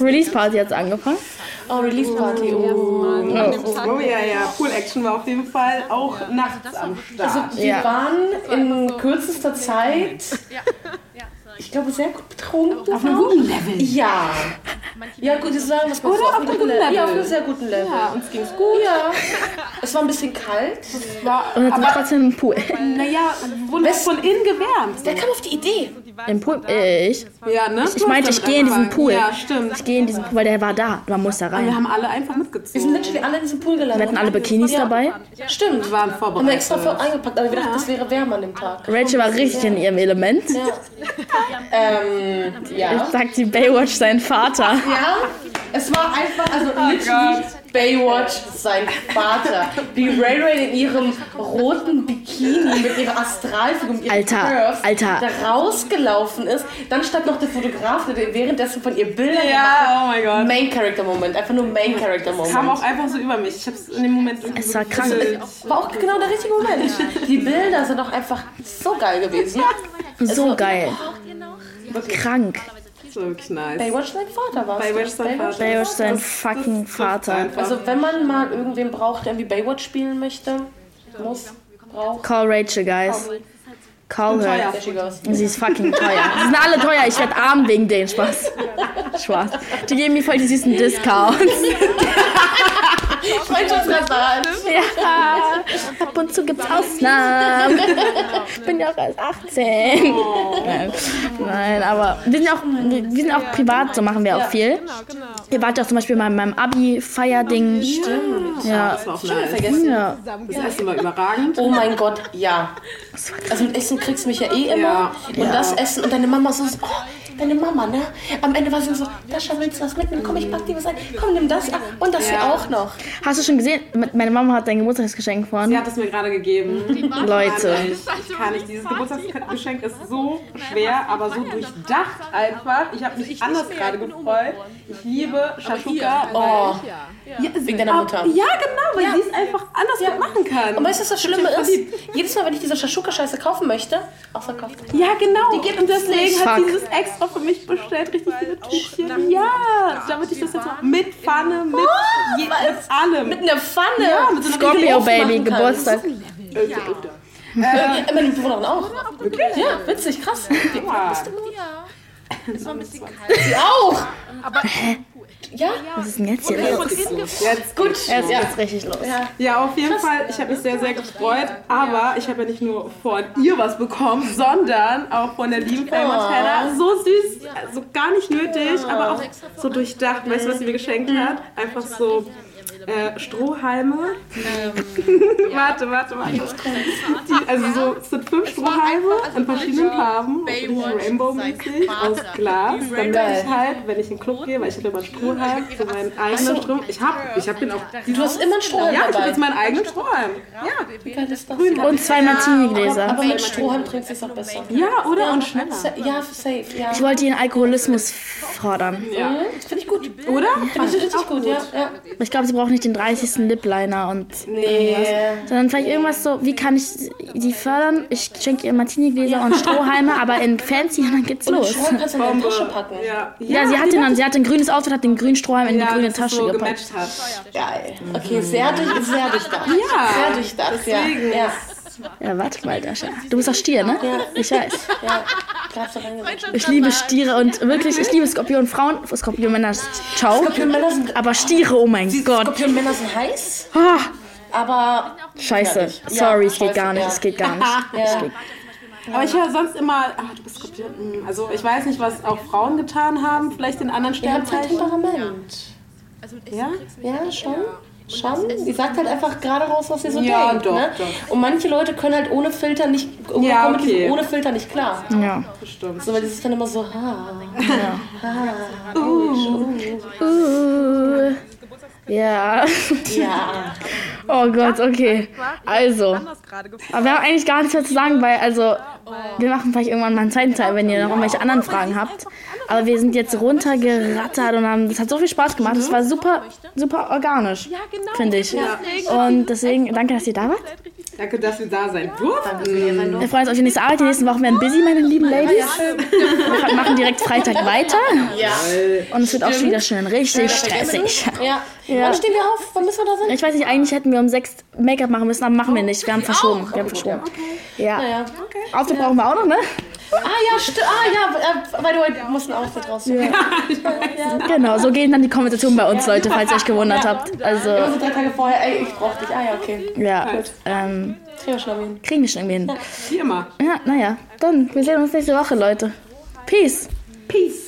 Speaker 1: Release-Party hat's angefangen.
Speaker 3: Oh, Release Party. Oh.
Speaker 2: An dem Tag.
Speaker 5: Oh ja, ja. Pool Action war auf jeden Fall auch nachts am Start.
Speaker 3: Wir
Speaker 1: Ja.
Speaker 3: waren in kürzester Zeit, ich glaube, sehr gut betrunken.
Speaker 5: Auf einem guten Level.
Speaker 3: Ja. Ja, gut, ich sagen, was
Speaker 5: Oder Also auf einem guten Level.
Speaker 3: Ja, auf einem sehr guten Level.
Speaker 5: Ja, uns ging's gut.
Speaker 3: Ja. Es war ein bisschen kalt.
Speaker 5: War,
Speaker 1: Und jetzt sind wir
Speaker 5: aber
Speaker 1: trotzdem im Pool.
Speaker 5: naja, wurde von innen gewärmt.
Speaker 3: Wer kam auf die Idee?
Speaker 1: Im Pool? Äh, ich.
Speaker 5: Ja, ne?
Speaker 1: Ich meinte, ich gehe in diesen Pool.
Speaker 5: Ja, stimmt.
Speaker 1: Ich gehe in diesen Pool, weil der war da. Man muss da
Speaker 5: Wir
Speaker 1: rein.
Speaker 5: haben alle einfach
Speaker 3: Wir
Speaker 5: mitgezogen.
Speaker 3: sind literally alle in diesem Pool
Speaker 1: Wir
Speaker 3: gelandet.
Speaker 1: hatten alle Bikinis
Speaker 3: Ja.
Speaker 1: dabei.
Speaker 3: Stimmt.
Speaker 5: Wir waren
Speaker 3: Haben wir extra
Speaker 5: vorbereitet.
Speaker 3: voll eingepackt, aber wir dachten, es wäre wärmer an dem Tag.
Speaker 1: Rachel war richtig in ihrem Element.
Speaker 3: Ähm, ja.
Speaker 1: Sagt die Baywatch sein Vater.
Speaker 3: Ja, es war einfach, also
Speaker 5: Oh
Speaker 3: literally Baywatch, sein Vater. Wie Ray Ray in ihrem roten Bikini mit ihrer Astralfigur, mit ihren
Speaker 1: Alter,
Speaker 3: Curves,
Speaker 1: Alter.
Speaker 3: da rausgelaufen ist. Dann stand noch der Fotograf, der währenddessen von ihr Bilder gemacht
Speaker 5: Ja, oh mein
Speaker 3: hat.
Speaker 5: Gott.
Speaker 3: Main Character Moment, einfach nur Main Character
Speaker 5: kam
Speaker 3: Moment.
Speaker 5: auch einfach so über mich. Ich hab's in dem Moment irgendwie
Speaker 1: Es war krank.
Speaker 5: gefühlt.
Speaker 3: War auch genau der richtige Moment. Die Bilder sind auch einfach so geil gewesen.
Speaker 1: So geil.
Speaker 5: Wirklich
Speaker 1: Krank.
Speaker 5: so wirklich nice.
Speaker 3: Baywatch sein Vater war es.
Speaker 5: Baywatch sein
Speaker 3: Baywatch.
Speaker 5: Vater.
Speaker 1: Baywatch sein fucking
Speaker 5: trifft's
Speaker 1: Vater.
Speaker 5: einfach.
Speaker 3: Also wenn man mal irgendwen braucht, der irgendwie Baywatch spielen möchte, muss, braucht,
Speaker 1: Call Rachel, guys. Call her.
Speaker 5: Teuer.
Speaker 3: der Schicke aus.
Speaker 1: Sie ist fucking teuer. Sie sind alle teuer. Ich werd arm wegen denen. Spaß. Spaß. Die geben mir voll die süßen Discounts.
Speaker 3: Freundschaftsreferat.
Speaker 1: Ja. Ab und zu gibt's Ausnahmen. Ich bin ja auch erst 18. Nein, Nein aber wir sind auch, wir wir sind auch privat, so machen wir auch viel.
Speaker 2: Genau, genau.
Speaker 1: Ihr wart ja auch zum Beispiel mal in meinem Abi-Feierding. Stimmt. Ja.
Speaker 5: Äh, Das war auch nice.
Speaker 3: Vergessen.
Speaker 1: ja.
Speaker 5: Das Essen war überragend. [LAUGHS]
Speaker 3: Oh mein Gott, ja. Also mit Essen kriegst du mich ja eh immer.
Speaker 5: Ja.
Speaker 3: Und das Essen und deine Mama so, so, oh, deine Mama, ne? Am Ende war sie so, Dascha, willst du was mitnehmen? Komm, ich pack dir was ein. Komm, nimm das ah, und das hier auch noch.
Speaker 1: Hast du schon gesehen? Mit- Meine Mama hat dein Geburtstagsgeschenk
Speaker 5: Sie
Speaker 1: vorhin.
Speaker 5: hat es mir gerade gegeben.
Speaker 1: Leute.
Speaker 5: Ich kann nicht. Dieses Geburtstagsgeschenk ist so schwer, aber so durchdacht einfach. Also Ich habe mich anders gerade gefreut. Ich liebe Shashuka.
Speaker 3: Oh,
Speaker 5: Ja,
Speaker 3: wegen deiner Mutter.
Speaker 5: halt Ja, genau, weil sie es einfach anders machen kann.
Speaker 3: Und weißt du, was das Schlimme ist? Jedes Mal, wenn ich diese Shashuka-Scheiße kaufen möchte, auch verkauft.
Speaker 5: Ja, genau. Die geht und deswegen hat
Speaker 1: Fuck.
Speaker 5: sie das extra für mich bestellt. Richtig viele Tütchen. Ja, damit ich das jetzt auch mit Pfanne, mit, je, mit allem.
Speaker 3: Mit einer Pfanne.
Speaker 5: ja, mit so einer
Speaker 1: Scorpio
Speaker 5: riesigen
Speaker 1: Baby,
Speaker 3: machen kann.
Speaker 1: Geburtstag.
Speaker 3: Äh, Meine Bewohnerin auch. Ja, witzig, krass. Die
Speaker 5: Ofen.
Speaker 3: auch. Ja,
Speaker 1: Was ist denn jetzt hier los?
Speaker 5: Jetzt gut.
Speaker 1: Jetzt geht's richtig los.
Speaker 5: Ja, auf jeden Fall. Ich habe mich sehr, sehr gefreut. Aber ich habe ja nicht nur von ihr was bekommen, sondern auch von der lieben Fay Montana. So süß, also gar nicht nötig, aber auch so durchdacht. Weißt du, was sie mir geschenkt hat? Einfach so äh, Strohhalme. [LAUGHS] warte, warte, warte. Die, also so es sind fünf Strohhalme in verschiedenen Farben, richtig Rainbow-mäßig aus Glas. Damit ich halt, wenn ich in den Club gehe, weil ich hatte immer einen Strohhalm, so meinen eigenen Strohhalm. Ich habe, ich habe den auch.
Speaker 3: du hast immer einen Strohhalm
Speaker 5: Ja, ich habe
Speaker 3: dabei.
Speaker 5: jetzt meinen eigenen Strohhalm.
Speaker 3: Wie geil ist das?
Speaker 1: Und zwei Martini-Gläser.
Speaker 3: Aber mit Strohhalm trinkst du es auch besser.
Speaker 5: Ja, oder? Und schneller.
Speaker 3: Sa- Ja, safe, ja.
Speaker 1: Ich wollte ihren Alkoholismus fordern.
Speaker 5: Ja.
Speaker 3: Mhm, Finde ich gut. Finde
Speaker 5: Oder?
Speaker 3: ich richtig gut, ja. ja.
Speaker 1: Ich glaube, sie braucht nicht den 30. Lipliner und
Speaker 3: Nee.
Speaker 1: sondern vielleicht irgendwas so, wie kann ich die fördern? Ich schenke ihr Martini-Gläser und Strohhalme, aber in fancy und dann geht's los.
Speaker 3: Strohhalm kannst du in deine Tasche packen.
Speaker 5: Ja,
Speaker 1: Ja, sie hat den dann, sie hat ein grünes Outfit, hat den grünen Strohhalm in die
Speaker 5: ja,
Speaker 1: grüne
Speaker 5: dass es
Speaker 1: Tasche
Speaker 5: so
Speaker 1: gepackt.
Speaker 5: gematcht hat.
Speaker 3: Geil. Okay, sehr, durch, sehr durchdacht.
Speaker 5: Mhm. Ja.
Speaker 3: Sehr durchdacht, ja.
Speaker 5: Deswegen.
Speaker 3: ja.
Speaker 1: Ja, warte mal, Dasha. Du bist auch Stier, ne?
Speaker 3: Ja.
Speaker 1: Ich weiß.
Speaker 3: Ja, da hast du reingesagt.
Speaker 1: Ich liebe Stiere und wirklich, ich liebe Skorpion. Frauen, Skorpion Männer, ciao.
Speaker 3: Skorpionmänner sind-
Speaker 1: Aber Stiere, oh mein Gott.
Speaker 3: Skorpionmänner sind heiß,
Speaker 1: Ah,
Speaker 3: aber
Speaker 1: scheiße.
Speaker 3: Ja,
Speaker 1: Sorry, es geht
Speaker 3: scheiße,
Speaker 1: gar nicht,
Speaker 3: ja.
Speaker 1: es geht
Speaker 3: [LAUGHS]
Speaker 1: gar nicht.
Speaker 3: ja,
Speaker 5: Aber ich höre sonst immer, ach, du bist Skorpion. mm. Also ich weiß nicht, was auch Frauen getan haben, vielleicht in anderen
Speaker 3: ihr habt halt
Speaker 5: Sternzeichen.
Speaker 3: Temperament. Also,
Speaker 5: Ja?
Speaker 3: Ja, schon. Schon. Sie sagt halt einfach gerade raus, was sie so
Speaker 5: Ja,
Speaker 3: denkt.
Speaker 5: doch,
Speaker 3: ne?
Speaker 5: doch.
Speaker 3: Und manche Leute können halt ohne Filter nicht,
Speaker 5: Ja,
Speaker 3: kommen mit diesem
Speaker 5: okay.
Speaker 3: ohne Filter nicht klar.
Speaker 1: Ja.
Speaker 5: Bestimmt.
Speaker 3: So, weil das ist dann immer so, ha.
Speaker 1: Uh, ja. [LAUGHS]
Speaker 3: Ja.
Speaker 1: Oh Gott, okay. Also.
Speaker 6: anders gerade gefragt.
Speaker 1: Aber wir haben eigentlich gar nichts mehr zu sagen, weil, also, wir machen vielleicht irgendwann mal einen zweiten Teil, wenn ihr noch irgendwelche anderen Fragen habt. Aber wir sind jetzt runtergerattert und haben, das hat so viel Spaß gemacht. Das war super, super organisch,
Speaker 3: genau.
Speaker 1: finde ich. Und deswegen, danke, dass ihr da wart.
Speaker 5: Danke, dass wir da sein durften.
Speaker 1: Wir freuen uns auf die nächste Arbeit. Die nächsten Wochen werden busy, meine lieben Ladies. Wir machen direkt Freitag weiter. Und es wird auch schon wieder schön richtig stressig.
Speaker 3: Ja. Wann stehen wir auf? Wann müssen wir da sein?
Speaker 1: Ich weiß nicht, eigentlich hätten wir um sechs Make-up machen müssen, aber machen wir nicht. Wir haben verschoben. Wir haben verschoben. Ja.
Speaker 3: Ja.
Speaker 1: Auto brauchen wir auch noch, ne?
Speaker 3: Ah ja, stimmt. Ah ja, äh, by the way, wir mussten auch mit raus. Ja.
Speaker 1: Genau, so gehen dann die Konversationen bei uns, Leute, falls ihr euch gewundert habt. Also,
Speaker 3: Also drei Tage vorher, ey, ich brauch dich. Ah ja, okay.
Speaker 1: ja. Ähm,
Speaker 3: Kriegen wir schon irgendwie hin.
Speaker 1: kriegen wir schon irgendwie hin.
Speaker 5: Wie immer.
Speaker 1: Ja, naja. Dann, wir sehen uns nächste Woche, Leute. Peace.
Speaker 5: Peace.